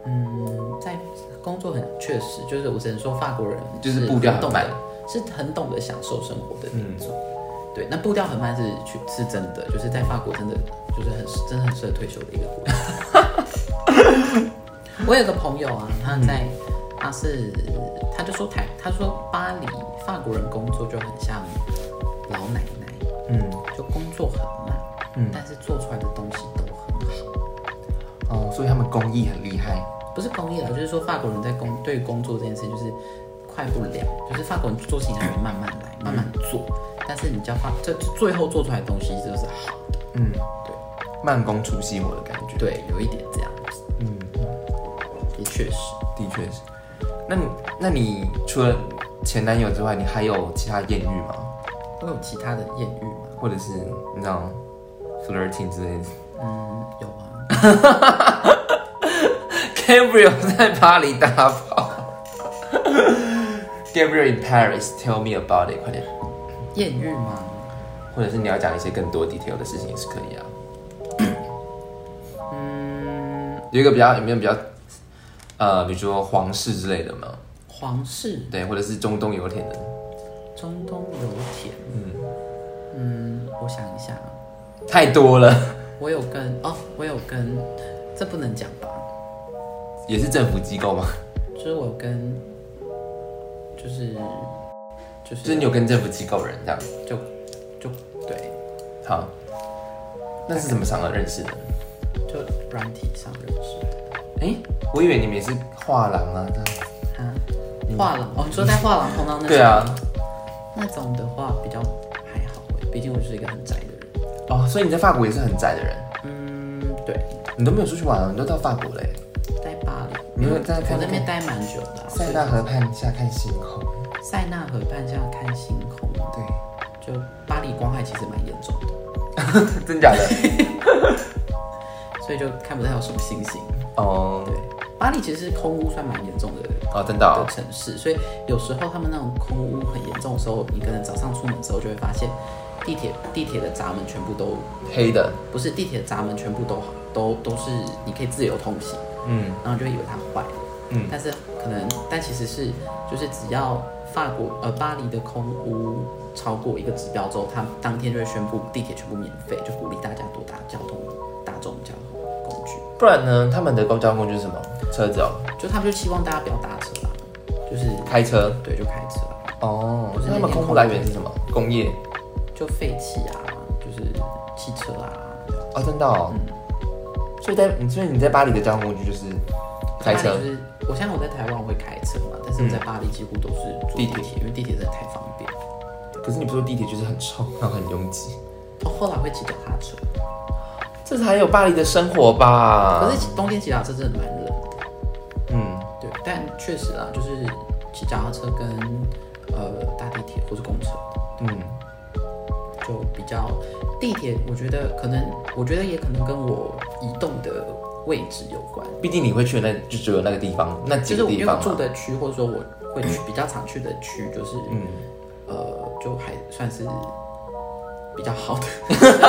[SPEAKER 2] 嗯，在工作很确实，就是我只能说法国人
[SPEAKER 1] 就是步调很
[SPEAKER 2] 很懂
[SPEAKER 1] 慢
[SPEAKER 2] 得，是很懂得享受生活的民族。
[SPEAKER 1] 嗯
[SPEAKER 2] 对，那步调很慢是去是真的，就是在法国真的就是很真的很适合退休的一个国家。 我有个朋友啊，他在、
[SPEAKER 1] 嗯
[SPEAKER 2] 他是他就说台他说巴黎法国人工作就很像老奶奶，
[SPEAKER 1] 嗯，
[SPEAKER 2] 就工作很慢，
[SPEAKER 1] 嗯
[SPEAKER 2] 但是做出来的东西都很好，
[SPEAKER 1] 哦，所以他们工艺很厉害。
[SPEAKER 2] 不是工艺啦，就是说法国人在工对于工作这件事情就是快不了，就是法国人做事情很慢慢来，慢慢做，但是你叫法，这这最后做出来的东西就是好的，
[SPEAKER 1] 嗯，
[SPEAKER 2] 对
[SPEAKER 1] 慢工出细活的感觉。，
[SPEAKER 2] 对，有一点这样子，
[SPEAKER 1] 嗯，
[SPEAKER 2] 也确实，
[SPEAKER 1] 的确是。那你那你除了前男友之外，你还有其他艳遇吗？
[SPEAKER 2] 会有其他的艳遇吗？
[SPEAKER 1] 或者是你知道 flirting 之类的
[SPEAKER 2] 嗯，有啊，
[SPEAKER 1] ？Gabriel 在巴黎大炮。Gabriel in Paris, tell me about it，快点。
[SPEAKER 2] 艳遇吗？
[SPEAKER 1] 或者是你要讲一些更多 detail 的事情也是可以啊。嗯，有一个比较有没有比较呃，比如说皇室之类的吗？
[SPEAKER 2] 皇室
[SPEAKER 1] 对，或者是中东油田的。
[SPEAKER 2] 中东油田，嗯嗯，我想一下啊，
[SPEAKER 1] 太多了，
[SPEAKER 2] 我有跟哦，我有跟，这不能讲吧？
[SPEAKER 1] 也是政府机构吗？
[SPEAKER 2] 就是我跟，就是就
[SPEAKER 1] 就是
[SPEAKER 2] 是
[SPEAKER 1] 你有跟政府机构人这样，
[SPEAKER 2] 就就对，
[SPEAKER 1] 好，那是怎么上的认识的？
[SPEAKER 2] 就软体上认识的
[SPEAKER 1] 哎、我以为你们也是画廊啊，这样。
[SPEAKER 2] 啊。画廊哦，你说在画廊碰到那
[SPEAKER 1] 对啊，
[SPEAKER 2] 那种的话比较还好欸，毕竟我就是一个很宅的人。
[SPEAKER 1] 哦，所以你在法国也是很宅的人，
[SPEAKER 2] 嗯，对，
[SPEAKER 1] 你都没有出去玩啊，你都到法国嘞、
[SPEAKER 2] 在巴黎，
[SPEAKER 1] 你有在
[SPEAKER 2] 我那边待蛮久的啊、
[SPEAKER 1] 塞纳河畔下看星空。
[SPEAKER 2] 塞纳河畔这样看星空，
[SPEAKER 1] 对，
[SPEAKER 2] 就巴黎光害其实蛮严重的，
[SPEAKER 1] 真假 的？
[SPEAKER 2] 所以就看不到有什么星星。
[SPEAKER 1] 哦，
[SPEAKER 2] 对，巴黎其实空污算蛮严重的
[SPEAKER 1] 哦，真的、哦
[SPEAKER 2] 的。城市，所以有时候他们那种空污很严重的时候，你可能早上出门的时候就会发现地铁地铁的闸门全部都
[SPEAKER 1] 黑的，
[SPEAKER 2] 不是地铁闸门全部都好，都都是你可以自由通行，
[SPEAKER 1] 嗯
[SPEAKER 2] 然后你就会以为它坏了。
[SPEAKER 1] 嗯，
[SPEAKER 2] 但是可能，但其实是就是只要法国呃巴黎的空污超过一个指标之后，他当天就会宣布地铁全部免费，就鼓励大家多搭交通大众交通工具。
[SPEAKER 1] 不然呢？他们的公交工具是什么？车子哦，
[SPEAKER 2] 就他们就希望大家不要搭车啦，就是
[SPEAKER 1] 开车。
[SPEAKER 2] 对就开车啦，
[SPEAKER 1] 哦，
[SPEAKER 2] 不是
[SPEAKER 1] 那他们空污来源是什么？工业。
[SPEAKER 2] 就废气啊，就是汽车啊，
[SPEAKER 1] 哦，真的哦。所以在所以你在巴黎的交通工具就是开
[SPEAKER 2] 巴
[SPEAKER 1] 车嗯
[SPEAKER 2] 黎就。是我现在我在台湾我会开车嘛，但是我在巴黎几乎都是坐地铁，因为地铁真的太方便。
[SPEAKER 1] 可是你不是说地铁就是很臭，然后很拥挤？
[SPEAKER 2] 哦，后来会骑脚踏车，
[SPEAKER 1] 这才有巴黎的生活吧？
[SPEAKER 2] 可是骑冬天骑脚踏车真的蛮冷的。
[SPEAKER 1] 嗯，
[SPEAKER 2] 对，但确实啊，就是骑脚踏车跟呃搭地铁或是公车，
[SPEAKER 1] 嗯
[SPEAKER 2] 就比较地铁，我觉得可能，我觉得也可能跟我移动的位置有关，
[SPEAKER 1] 毕竟你会去的那就只有那个地方，那
[SPEAKER 2] 就
[SPEAKER 1] 几
[SPEAKER 2] 是
[SPEAKER 1] 个
[SPEAKER 2] 我
[SPEAKER 1] 地
[SPEAKER 2] 因为我
[SPEAKER 1] 方啊
[SPEAKER 2] 住
[SPEAKER 1] 嘛。
[SPEAKER 2] 的区，或者说我会去比较常去的区，就是、
[SPEAKER 1] 嗯，
[SPEAKER 2] 呃，就还算是比较好的，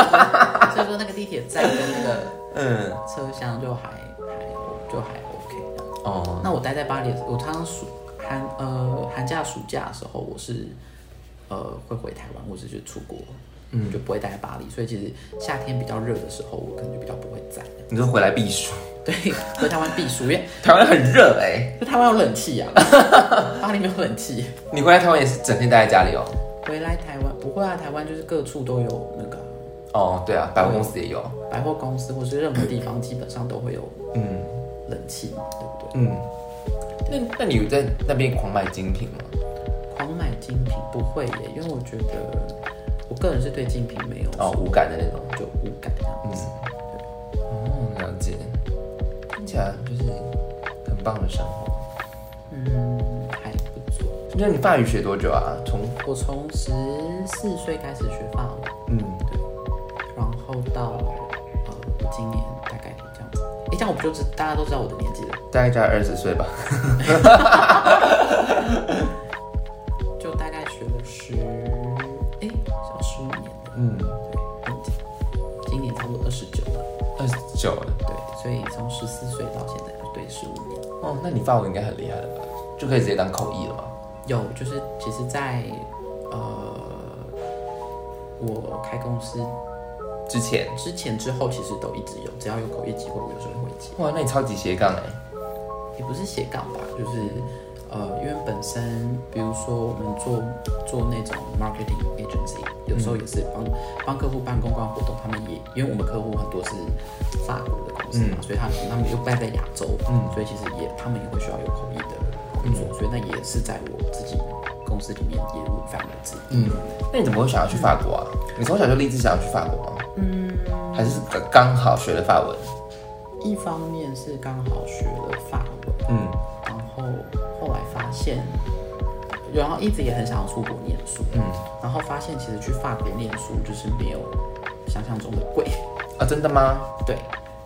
[SPEAKER 2] 所以说那个地铁站跟那个
[SPEAKER 1] 嗯，
[SPEAKER 2] 车厢就还还就还 OK 这样。
[SPEAKER 1] 哦，
[SPEAKER 2] 那我待在巴黎的时候，我常常暑寒呃寒假暑假的时候，我是呃会回台湾，或者就出国，嗯，就不会待在巴黎。所以其实夏天比较热的时候，我可能就比较不会在。
[SPEAKER 1] 你说回来避暑，
[SPEAKER 2] 对，回台湾避暑，因为
[SPEAKER 1] 台湾很热哎、
[SPEAKER 2] 就台湾有冷气啊， 巴黎没有冷气。
[SPEAKER 1] 你回来台湾也是整天待在家里哦？
[SPEAKER 2] 回来台湾不会啊，台湾就是各处都有那个
[SPEAKER 1] 哦，对啊，百货公司也有。
[SPEAKER 2] 百货公司，或是任何地方基本上都会有
[SPEAKER 1] 嗯
[SPEAKER 2] 冷气嘛，对不对？
[SPEAKER 1] 嗯，那那你有在那边狂买精品吗？
[SPEAKER 2] 狂买精品不会耶，因为我觉得我个人是对精品没有
[SPEAKER 1] 哦，无感的那种。
[SPEAKER 2] 就无感这样子。
[SPEAKER 1] 哦，了解。听起来就是很棒的生活。
[SPEAKER 2] 嗯，还不错。
[SPEAKER 1] 那你法语学多久啊？从
[SPEAKER 2] 我从十四岁开始学法文，
[SPEAKER 1] 嗯，
[SPEAKER 2] 然后到呃，我今年大概这样子。诶，这样我不就知大家都知道我的年纪了，
[SPEAKER 1] 大概在二十岁吧。
[SPEAKER 2] 就大概学了十，诶，小十五年了，
[SPEAKER 1] 嗯，
[SPEAKER 2] 对，很久今年差不多二十九了，
[SPEAKER 1] 二十九了。
[SPEAKER 2] 对，所以从十四岁到现在，对，十五年。
[SPEAKER 1] 哦，那你法文应该很厉害了吧？就可以直接当口译了吗？
[SPEAKER 2] 有，就是其实在，呃，我开公司
[SPEAKER 1] 之前。
[SPEAKER 2] 之前之后，其实都一直有，只要有口译机会，我有时候会接。
[SPEAKER 1] 哇，那你超级斜杠哎、
[SPEAKER 2] 也不是斜杠吧，就是呃，因为本身比如说我们做做那种 marketing agency，有时候也是帮帮客户办公关活动，他们也因为我们客户很多是法国的公司嘛，所以他他们又办在亚洲，
[SPEAKER 1] 嗯
[SPEAKER 2] 所以其实也他们也会需要有口译的工作，所以那也是在我自己公司里面业务范围之一。
[SPEAKER 1] 嗯，那你怎么会想要去法国啊？你从小就立志想要去法国吗？嗯，还是刚刚好学了法文？
[SPEAKER 2] 一方面是刚好学了法文，
[SPEAKER 1] 嗯
[SPEAKER 2] 然后后来发现，然后一直也很想要出国念书，
[SPEAKER 1] 嗯，
[SPEAKER 2] 然后发现其实去法国念书就是没有想象中的贵，
[SPEAKER 1] 啊，真的吗？
[SPEAKER 2] 对，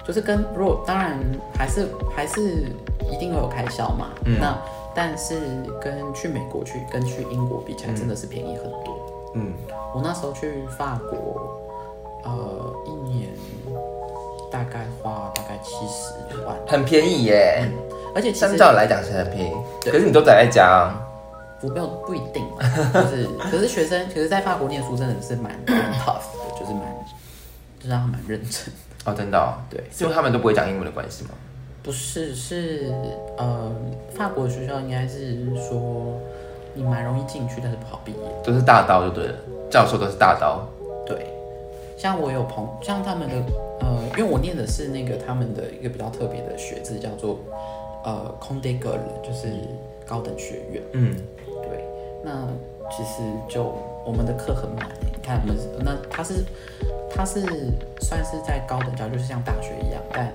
[SPEAKER 2] 就是跟如果当然还是还是一定会有开销嘛，嗯，那但是跟去美国去跟去英国比起来真的是便宜很多。
[SPEAKER 1] 嗯，
[SPEAKER 2] 我那时候去法国，呃，一年大概花大概七十万，
[SPEAKER 1] 很便宜耶、
[SPEAKER 2] 而且其
[SPEAKER 1] 相
[SPEAKER 2] 实
[SPEAKER 1] 较来讲是很便宜，可是你都宅在家、啊，
[SPEAKER 2] 我没有不一定啊，就是可是学生，其实在法国念书真的是蛮蛮 tough 的，就是蛮，就是让他蛮认真。
[SPEAKER 1] 哦，真的、哦，
[SPEAKER 2] 对
[SPEAKER 1] 是因为他们都不会讲英文的关系吗？
[SPEAKER 2] 不是，是呃，法国学校应该是说你蛮容易进去，但是不好毕业。
[SPEAKER 1] 都是大刀就对了，教授都是大刀，
[SPEAKER 2] 对，像我有朋，像他们的呃，因为我念的是那个他们的一个比较特别的学制，叫做呃 c o n d e g e r 就是高等学院。
[SPEAKER 1] 嗯，
[SPEAKER 2] 对，那其实就我们的课很满欸，你看我们那它是它是算是在高等教育，就是像大学一样，但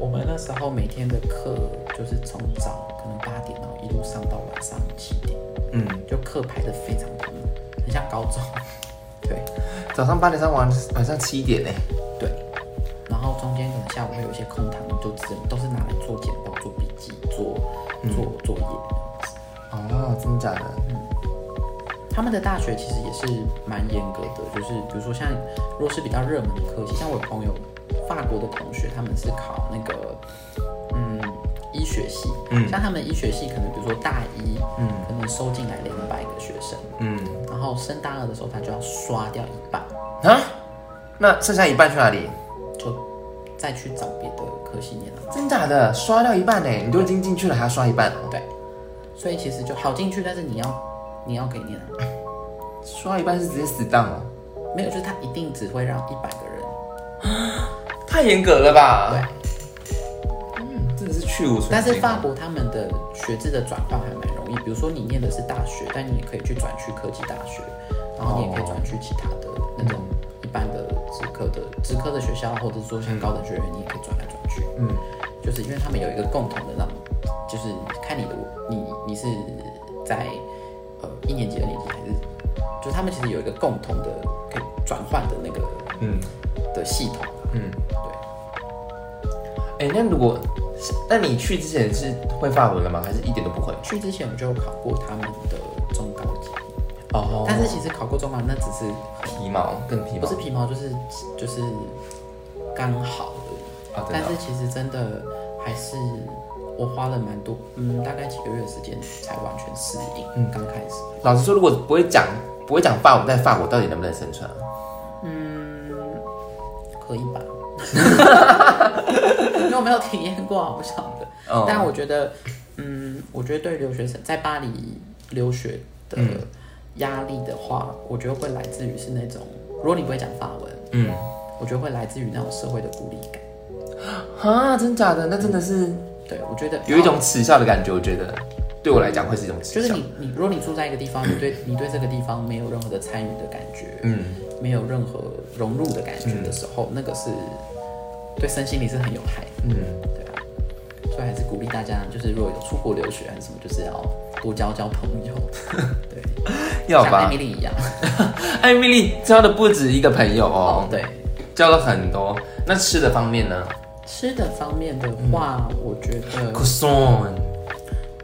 [SPEAKER 2] 我们那时候每天的课就是从早可能八点，然后一路上到晚上七点，
[SPEAKER 1] 嗯，
[SPEAKER 2] 就课排的非常的密，很像高中。 对
[SPEAKER 1] 早上八点上晚晚上七点欸呢、
[SPEAKER 2] 对，然后中间可能下午会有一些空堂，就只能都是拿来做简报、做笔记、做做作业。
[SPEAKER 1] 哦，真的假的？
[SPEAKER 2] 他们的大学其实也是蛮严格的，就是比如说像如果是比较热门的科系，像我有朋友法国的同学，他们是考那个嗯医学系，
[SPEAKER 1] 嗯
[SPEAKER 2] 像他们医学系可能比如说大一，嗯，可能收进来两百个学生，
[SPEAKER 1] 嗯
[SPEAKER 2] 然后升大二的时候他就要刷掉一半，
[SPEAKER 1] 啊，那剩下一半去哪里？
[SPEAKER 2] 就再去找别的科系念了。
[SPEAKER 1] 真假的，刷掉一半呢、你都已经进去了，还要刷一半哦？
[SPEAKER 2] 对，所以其实就好进去，但是你要你要给念啊，
[SPEAKER 1] 刷一半是直接死档哦，
[SPEAKER 2] 没有就是他一定只会让一百个人，
[SPEAKER 1] 太严格了吧？嗯
[SPEAKER 2] 对。
[SPEAKER 1] 真的是去无存精。啊
[SPEAKER 2] 但是法国他们的学制的转换还蛮容易，比如说你念的是大学，但你也可以去转去科技大学，然后你也可以转去其他的那种一般的职科的职科的学校，或者说像高等学院，你也可以转来转去。嗯，就是因为他们有一个共同的那种，就是看你的你你是在呃一年级、二年级还是，就是他们其实有一个共同的可以转换的那个
[SPEAKER 1] 嗯
[SPEAKER 2] 的系统。啊
[SPEAKER 1] 嗯，
[SPEAKER 2] 对，
[SPEAKER 1] 哎、那如果那你去之前是会法文了吗？还是一点都不会？
[SPEAKER 2] 去之前我就有考过他们的中高级。
[SPEAKER 1] 哦
[SPEAKER 2] 但是其实考过中华那只是
[SPEAKER 1] 皮毛更皮毛，
[SPEAKER 2] 不是皮毛，就是就是刚好的。
[SPEAKER 1] 啊，真
[SPEAKER 2] 但
[SPEAKER 1] 的
[SPEAKER 2] 是
[SPEAKER 1] 哦
[SPEAKER 2] 其实真的还是我花了蛮多，嗯，大概几个月的时间才完全适应。嗯，刚开始，
[SPEAKER 1] 老实说，如果不会讲不会讲法文，在法国到底能不能生存啊？
[SPEAKER 2] 可以 吧？因为我没有体验过，啊我不晓得。
[SPEAKER 1] 哦
[SPEAKER 2] 但我觉得，嗯，我觉得对留学生在巴黎留学的
[SPEAKER 1] 嗯
[SPEAKER 2] 压力的话，我觉得会来自于是那种，如果你不会讲法文，
[SPEAKER 1] 嗯，
[SPEAKER 2] 我觉得会来自于那种社会的孤立感。
[SPEAKER 1] 啊，真假的？那真的是
[SPEAKER 2] 对我觉得
[SPEAKER 1] 有一种耻笑的感觉，我觉得对我来讲会是一种耻
[SPEAKER 2] 就
[SPEAKER 1] 笑。
[SPEAKER 2] 是你你，如果你住在一个地方，你对你对这个地方没有任何的参与的感觉，
[SPEAKER 1] 嗯，
[SPEAKER 2] 没有任何融入的感觉的时候，那个是对身心灵是很有害的，
[SPEAKER 1] 嗯，
[SPEAKER 2] 对啊。所以还是鼓励大家，就是如果有出国留学还啊是什么，就是要多交交朋友， 对，
[SPEAKER 1] 要
[SPEAKER 2] 像艾
[SPEAKER 1] 吧哎
[SPEAKER 2] 米？丽一样，
[SPEAKER 1] 艾米丽交的不止一个朋友哦，
[SPEAKER 2] 对。
[SPEAKER 1] 交了很多。那吃的方面呢
[SPEAKER 2] 吃的方面的
[SPEAKER 1] 嗯
[SPEAKER 2] 话，我觉得，
[SPEAKER 1] ？Croissant，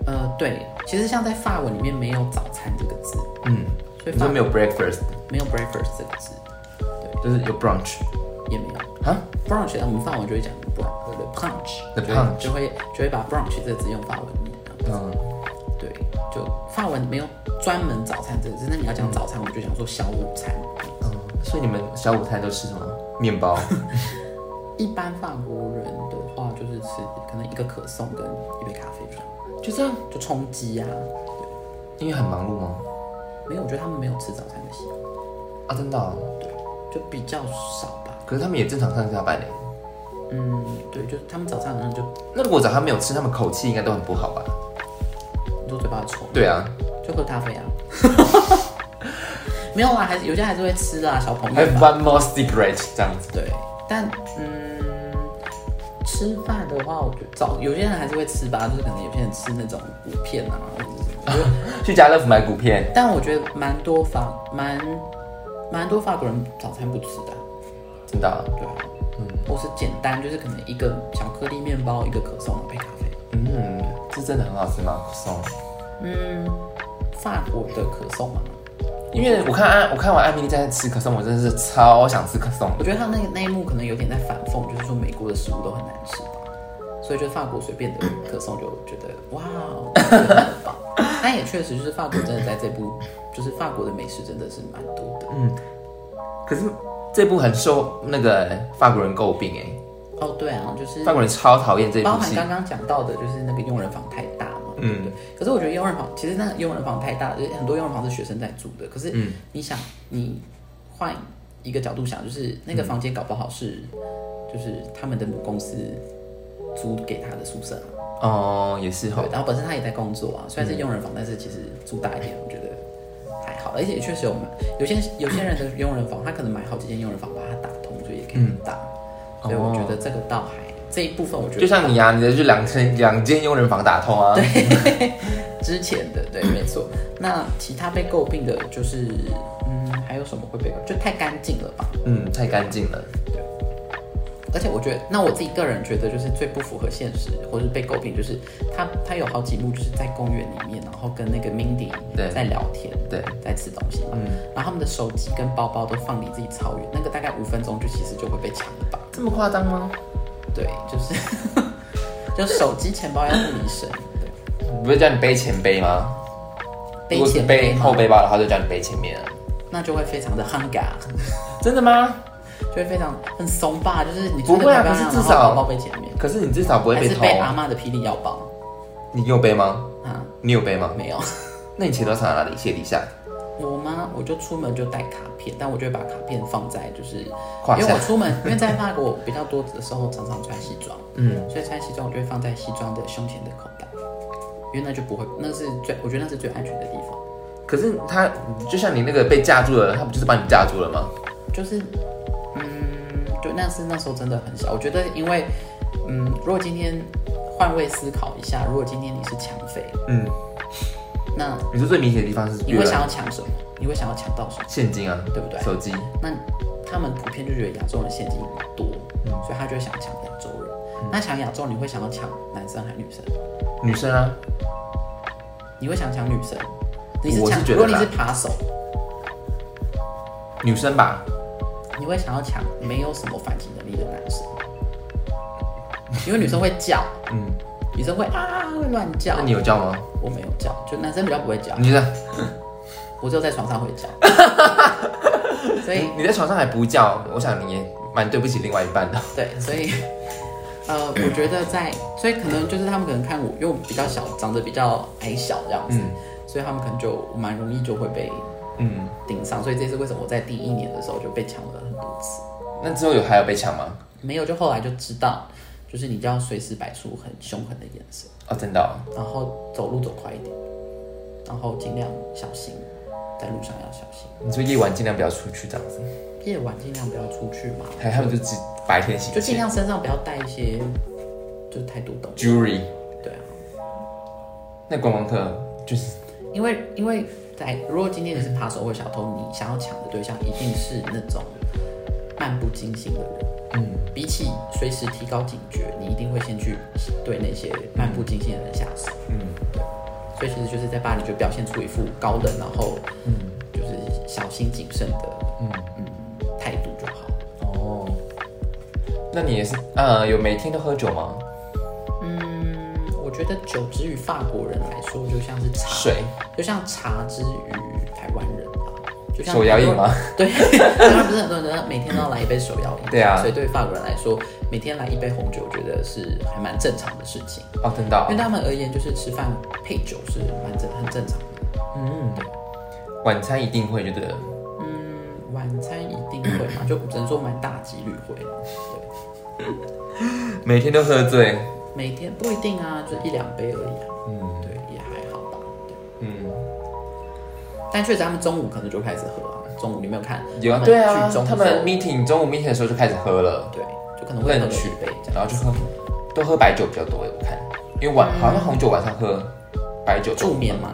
[SPEAKER 2] 呃，对，其实像在法文里面没有早餐这个字，
[SPEAKER 1] 嗯，你
[SPEAKER 2] 所以法
[SPEAKER 1] 说没有 breakfast，
[SPEAKER 2] 没有 breakfast 这个字
[SPEAKER 1] 就是有 brunch
[SPEAKER 2] 也没有。
[SPEAKER 1] 啊？
[SPEAKER 2] brunch，我们法文就会讲 brunch，对 brunch，
[SPEAKER 1] The brunch
[SPEAKER 2] 就会就会就会把 brunch 这个字用法文念这样子。
[SPEAKER 1] 嗯，
[SPEAKER 2] 对，就法文没有专门早餐这个字，那你要讲早餐，我就想说小午餐。
[SPEAKER 1] 嗯所以你们小午餐都吃什么？面 包。
[SPEAKER 2] 一般法国人的话就是吃可能一个可颂跟一杯咖啡这样，
[SPEAKER 1] 就这样，
[SPEAKER 2] 就充饥啊。
[SPEAKER 1] 因为很忙碌吗？
[SPEAKER 2] 没有，我觉得他们没有吃早餐的习惯，
[SPEAKER 1] 啊，真的、哦。
[SPEAKER 2] 对，就比较少吧。
[SPEAKER 1] 可是他们也正常上下班嘞。
[SPEAKER 2] 嗯，对，就是他们早餐好像就
[SPEAKER 1] 那如果早上没有吃，他们口气应该都很不好吧？
[SPEAKER 2] 你说嘴巴臭，
[SPEAKER 1] 对啊，
[SPEAKER 2] 就喝咖啡啊。 没有啊，还是有些还是会吃啦，小朋友
[SPEAKER 1] 还有
[SPEAKER 2] 吧
[SPEAKER 1] one more cigarette 这样子。
[SPEAKER 2] 对，但嗯，吃饭的话，我觉得早有些人还是会吃吧，就是可能有些人吃那种骨片啊，或者是什么我觉得
[SPEAKER 1] 去家乐福买骨片，
[SPEAKER 2] 但我觉得蛮多法蛮蛮多法国人早餐不吃的啊、
[SPEAKER 1] 真的、啊。
[SPEAKER 2] 对啊，嗯，或是简单就是可能一个巧克力面包，一个可颂，配咖啡。
[SPEAKER 1] 嗯，是真的很好吃吗？松。
[SPEAKER 2] 嗯，法国的可颂啊嘛，
[SPEAKER 1] 因为我看安，我看完艾米丽在吃可颂，我真的是超想吃可颂
[SPEAKER 2] 我觉得他那个那一幕可能有点在反讽，就是说美国的食物都很难吃吧，所以就法国随便的可颂就觉得哇， 真的很棒。但也确实就是法国真的在这部，就是法国的美食真的是蛮多的。
[SPEAKER 1] 可是这部很受那个法国人诟病哎、
[SPEAKER 2] 哦，对啊，就是
[SPEAKER 1] 法国人超讨厌这
[SPEAKER 2] 包
[SPEAKER 1] 部
[SPEAKER 2] 含
[SPEAKER 1] 戏。
[SPEAKER 2] 刚刚讲到的，就是那个佣人房太大嘛。
[SPEAKER 1] 嗯，
[SPEAKER 2] 可是我觉得佣人房其实那个佣人房太大，就是很多佣人房是学生在住的。可是
[SPEAKER 1] 嗯
[SPEAKER 2] 你想，你换一个角度想，就是那个房间搞不好是，
[SPEAKER 1] 嗯
[SPEAKER 2] 就是他们的母公司租给他的宿舍啊、
[SPEAKER 1] 哦，也是哈
[SPEAKER 2] 对，，然后本身他也在工作啊，虽然是佣人房，但是其实住大一点，我觉得还好。而且也确实有买，有些有些人的佣人房，他可能买好几间佣人房把它打通，所以也可以很大。所以我觉得这个倒还这一部分，我觉
[SPEAKER 1] 哦就
[SPEAKER 2] 得
[SPEAKER 1] 像你啊，你的就两间两间佣人房打通啊，对，
[SPEAKER 2] 之前的 对，没错。那其他被诟病的就是，嗯，还有什么会被就太干净了吧？
[SPEAKER 1] 嗯，太干净了，
[SPEAKER 2] 而且我觉得，那我自己个人觉得，就是最不符合现实，或是被诟病，就是他他有好几幕就是在公园里面，然后跟那个 Mindy
[SPEAKER 1] 对
[SPEAKER 2] 在聊天，
[SPEAKER 1] 对，嗯
[SPEAKER 2] 在吃东西嘛，然后他们的手机跟包包都放离自己超远，那个大概五分钟就其实就会被抢了吧？
[SPEAKER 1] 这么夸张吗？
[SPEAKER 2] 对，就是 就手机钱包要不离身，对
[SPEAKER 1] 不是叫你背前背吗？如
[SPEAKER 2] 背
[SPEAKER 1] 果是
[SPEAKER 2] 钱
[SPEAKER 1] 背
[SPEAKER 2] 嘛
[SPEAKER 1] 后背包的话，就叫你背前面啊。
[SPEAKER 2] 那就会非常的 hanga，
[SPEAKER 1] 真的吗？
[SPEAKER 2] 就会非常很怂吧，就是你
[SPEAKER 1] 不会啊
[SPEAKER 2] 穿得漂
[SPEAKER 1] 可是
[SPEAKER 2] 亮
[SPEAKER 1] 至
[SPEAKER 2] 然后
[SPEAKER 1] 少
[SPEAKER 2] 包包背前面，
[SPEAKER 1] 可是你至少不会
[SPEAKER 2] 还
[SPEAKER 1] 被
[SPEAKER 2] 是
[SPEAKER 1] 偷。啊
[SPEAKER 2] 被阿妈的霹雳腰包
[SPEAKER 1] 你有背吗？
[SPEAKER 2] 啊？
[SPEAKER 1] 你有背吗？
[SPEAKER 2] 没有。
[SPEAKER 1] 那你钱都藏在哪里？鞋底下、
[SPEAKER 2] 我吗？我就出门就带卡片，但我就会把卡片放在就是，
[SPEAKER 1] 胯
[SPEAKER 2] 因为我
[SPEAKER 1] 下。
[SPEAKER 2] 出门， 因为在法国我比较多的时候常常穿西装，
[SPEAKER 1] 嗯，
[SPEAKER 2] 所以穿西装我就会放在西装的胸前的口袋，因为那就不会，那是最我觉得那是最安全的地方。
[SPEAKER 1] 可是他就像你那个被架住了，他不就是把你架住了吗？
[SPEAKER 2] 就是，嗯，就那是那时候真的很小。我觉得，因为，嗯，如果今天换位思考一下，如果今天你是抢匪，
[SPEAKER 1] 嗯，
[SPEAKER 2] 那
[SPEAKER 1] 你说最明显的地方是
[SPEAKER 2] 你会
[SPEAKER 1] 月亮
[SPEAKER 2] 想要抢什么？你会想要抢到什么？
[SPEAKER 1] 现金啊，
[SPEAKER 2] 对不对
[SPEAKER 1] 手机，
[SPEAKER 2] 那他们普遍就觉得亚洲人现金多，
[SPEAKER 1] 嗯
[SPEAKER 2] 所以他就会想抢亚洲人。那抢亚洲，你会想要抢男生还是女生？
[SPEAKER 1] 女生啊，
[SPEAKER 2] 你会想抢女生？你是
[SPEAKER 1] 我是
[SPEAKER 2] 抢，
[SPEAKER 1] 觉得
[SPEAKER 2] 如果你
[SPEAKER 1] 啦
[SPEAKER 2] 是扒手，
[SPEAKER 1] 女生吧，
[SPEAKER 2] 你会想要抢没有什么反击能力的男生，因为女生会叫，
[SPEAKER 1] 嗯，
[SPEAKER 2] 女生会啊会乱叫
[SPEAKER 1] 那。你有叫吗？
[SPEAKER 2] 我没有叫，就男生比较不会叫，
[SPEAKER 1] 你在
[SPEAKER 2] 我只有在床上会 叫。所以
[SPEAKER 1] 你在床上还不叫，我想你也蛮对不起另外一半的。
[SPEAKER 2] 对，所以呃，我觉得在，所以可能就是他们可能看我，因为我比较小，长得比较矮小这样子，
[SPEAKER 1] 嗯
[SPEAKER 2] 所以他们可能就蛮容易就会被
[SPEAKER 1] 嗯，
[SPEAKER 2] 盯上，所以这是为什么我在第一年的时候就被抢了很多次。
[SPEAKER 1] 那之后有还有被抢吗？
[SPEAKER 2] 没有，就后来就知道，就是你就要随时摆出很凶狠的眼神，
[SPEAKER 1] 哦，真的、哦，
[SPEAKER 2] 然后走路走快一点，然后尽量小心，在路上要小心，
[SPEAKER 1] 你说夜晚尽量不要出去这样子，
[SPEAKER 2] 夜晚尽量不要出去嘛，
[SPEAKER 1] 还有他们就只白天行
[SPEAKER 2] 就尽
[SPEAKER 1] 窃
[SPEAKER 2] 量身上不要带一些，就是太多东西。
[SPEAKER 1] ，jewelry，
[SPEAKER 2] 对啊，
[SPEAKER 1] 那观光客就是
[SPEAKER 2] 因为因为在如果今天你是扒手或小偷，你想要抢的对象一定是那种漫不经心的人。
[SPEAKER 1] 嗯，
[SPEAKER 2] 比起随时提高警觉，你一定会先去对那些漫不经心的人下手。
[SPEAKER 1] 嗯，
[SPEAKER 2] 所以其实就是在巴黎就表现出一副高冷，然后嗯，就是小心谨慎的嗯嗯态度就好。
[SPEAKER 1] 哦，那你也是呃，有每天都喝酒吗？
[SPEAKER 2] 嗯，我觉得酒之于法国人来说，就像是茶
[SPEAKER 1] 水
[SPEAKER 2] 就像茶之于台湾人吧，就像
[SPEAKER 1] 手摇饮吗？
[SPEAKER 2] 对，台湾不是很多人每天都要来一杯手摇饮，
[SPEAKER 1] 对啊
[SPEAKER 2] 所以对法国人来说，每天来一杯红酒，我觉得是还蛮正常的事情，
[SPEAKER 1] 哦，真的哦、
[SPEAKER 2] 因为对他们而言，就是吃饭配酒是蛮正很正常的。
[SPEAKER 1] 晚餐一定会觉得
[SPEAKER 2] 嗯，晚餐一定会 嘛，就只能说蛮大几率会了。对，
[SPEAKER 1] 每天都喝醉，
[SPEAKER 2] 每天不一定啊，就一两杯而已啊。嗯，对，也还好吧。
[SPEAKER 1] 嗯，
[SPEAKER 2] 对，但确实他们中午可能就开始喝啊，中午你没有看？
[SPEAKER 1] 有啊，
[SPEAKER 2] 他们
[SPEAKER 1] 对啊
[SPEAKER 2] 剧中，的
[SPEAKER 1] 他
[SPEAKER 2] 时
[SPEAKER 1] 们
[SPEAKER 2] 候
[SPEAKER 1] meeting 中午 meeting 的时候就开始喝了，
[SPEAKER 2] 对，就可能会喝
[SPEAKER 1] 冷
[SPEAKER 2] 了
[SPEAKER 1] 取
[SPEAKER 2] 一杯这样。
[SPEAKER 1] 然后就喝，都喝白酒比较多，我看，因为晚、好像红酒晚上喝，白酒
[SPEAKER 2] 嗯助眠嘛，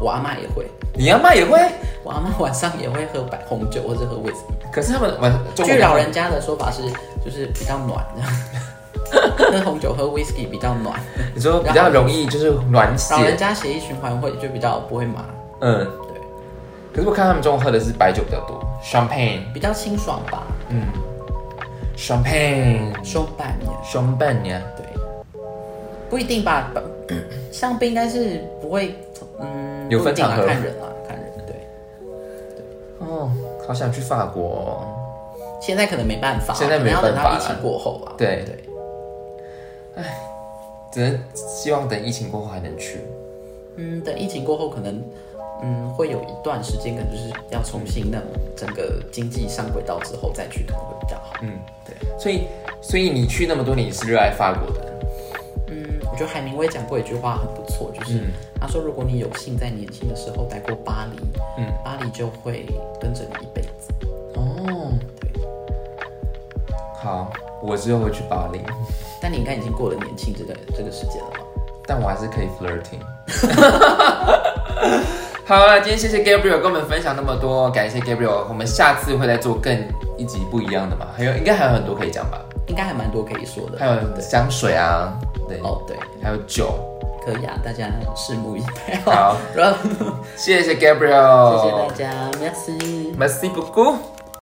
[SPEAKER 2] 我阿妈也会，
[SPEAKER 1] 你阿妈也会，
[SPEAKER 2] 我阿妈晚上也会喝白红酒或者喝威士 忌。
[SPEAKER 1] 可是他们晚中午
[SPEAKER 2] 据老人家的说法是，就是比较暖的， 喝红酒喝威士忌比较 暖，
[SPEAKER 1] 你说比较容易就是暖
[SPEAKER 2] 老人
[SPEAKER 1] 血，
[SPEAKER 2] 家血液循环会就比较不会麻，
[SPEAKER 1] 嗯，
[SPEAKER 2] 对，
[SPEAKER 1] 可是我看他们中午喝的是白酒比较多，champagne，champagne，
[SPEAKER 2] 比较清爽吧，收半年，
[SPEAKER 1] 熊半年，
[SPEAKER 2] 对，不一定吧， 本香槟应该是不会，嗯，
[SPEAKER 1] 有分
[SPEAKER 2] 不一定啊
[SPEAKER 1] 场合
[SPEAKER 2] 看人啊，看人，对，
[SPEAKER 1] 哦，好想去法国、哦。
[SPEAKER 2] 现在可能没办法，
[SPEAKER 1] 现在没
[SPEAKER 2] 可能要等
[SPEAKER 1] 办法
[SPEAKER 2] 到疫情
[SPEAKER 1] 啦
[SPEAKER 2] 过后吧，
[SPEAKER 1] 对
[SPEAKER 2] 对。
[SPEAKER 1] 只能希望等疫情过后还能去。
[SPEAKER 2] 嗯，等疫情过后，可能嗯，会有一段时间可能就是要重新让整个经济上轨道之后再去，可能会比较好。
[SPEAKER 1] 嗯，
[SPEAKER 2] 对，
[SPEAKER 1] 所以所以你去那么多年，你是热爱法国的，
[SPEAKER 2] 嗯，我觉得海明威讲过一句话很不错，就是他说，如果你有幸在年轻的时候待过巴黎，
[SPEAKER 1] 嗯，
[SPEAKER 2] 巴黎就会跟着你一辈子。
[SPEAKER 1] 哦，
[SPEAKER 2] 对，
[SPEAKER 1] 好，我之后会去巴黎，
[SPEAKER 2] 但你应该已经过了年轻这个这个时间了吧？
[SPEAKER 1] 但我还是可以 flirting。好了，今天谢谢 Gabriel 跟我们分享那么多，感谢 Gabriel，我们下次会再做更一集不一样的嘛，还有应该还有很多可以讲吧，
[SPEAKER 2] 应该还蛮多可以说的。
[SPEAKER 1] 还有香水啊，对，
[SPEAKER 2] 哦，对，
[SPEAKER 1] 还有酒，
[SPEAKER 2] 可以啊，大家拭目以待啊。
[SPEAKER 1] 好，哦
[SPEAKER 2] 然后
[SPEAKER 1] 谢谢
[SPEAKER 2] 谢谢
[SPEAKER 1] Gabriel，
[SPEAKER 2] 大家，merci。
[SPEAKER 1] ，Merci beaucoup。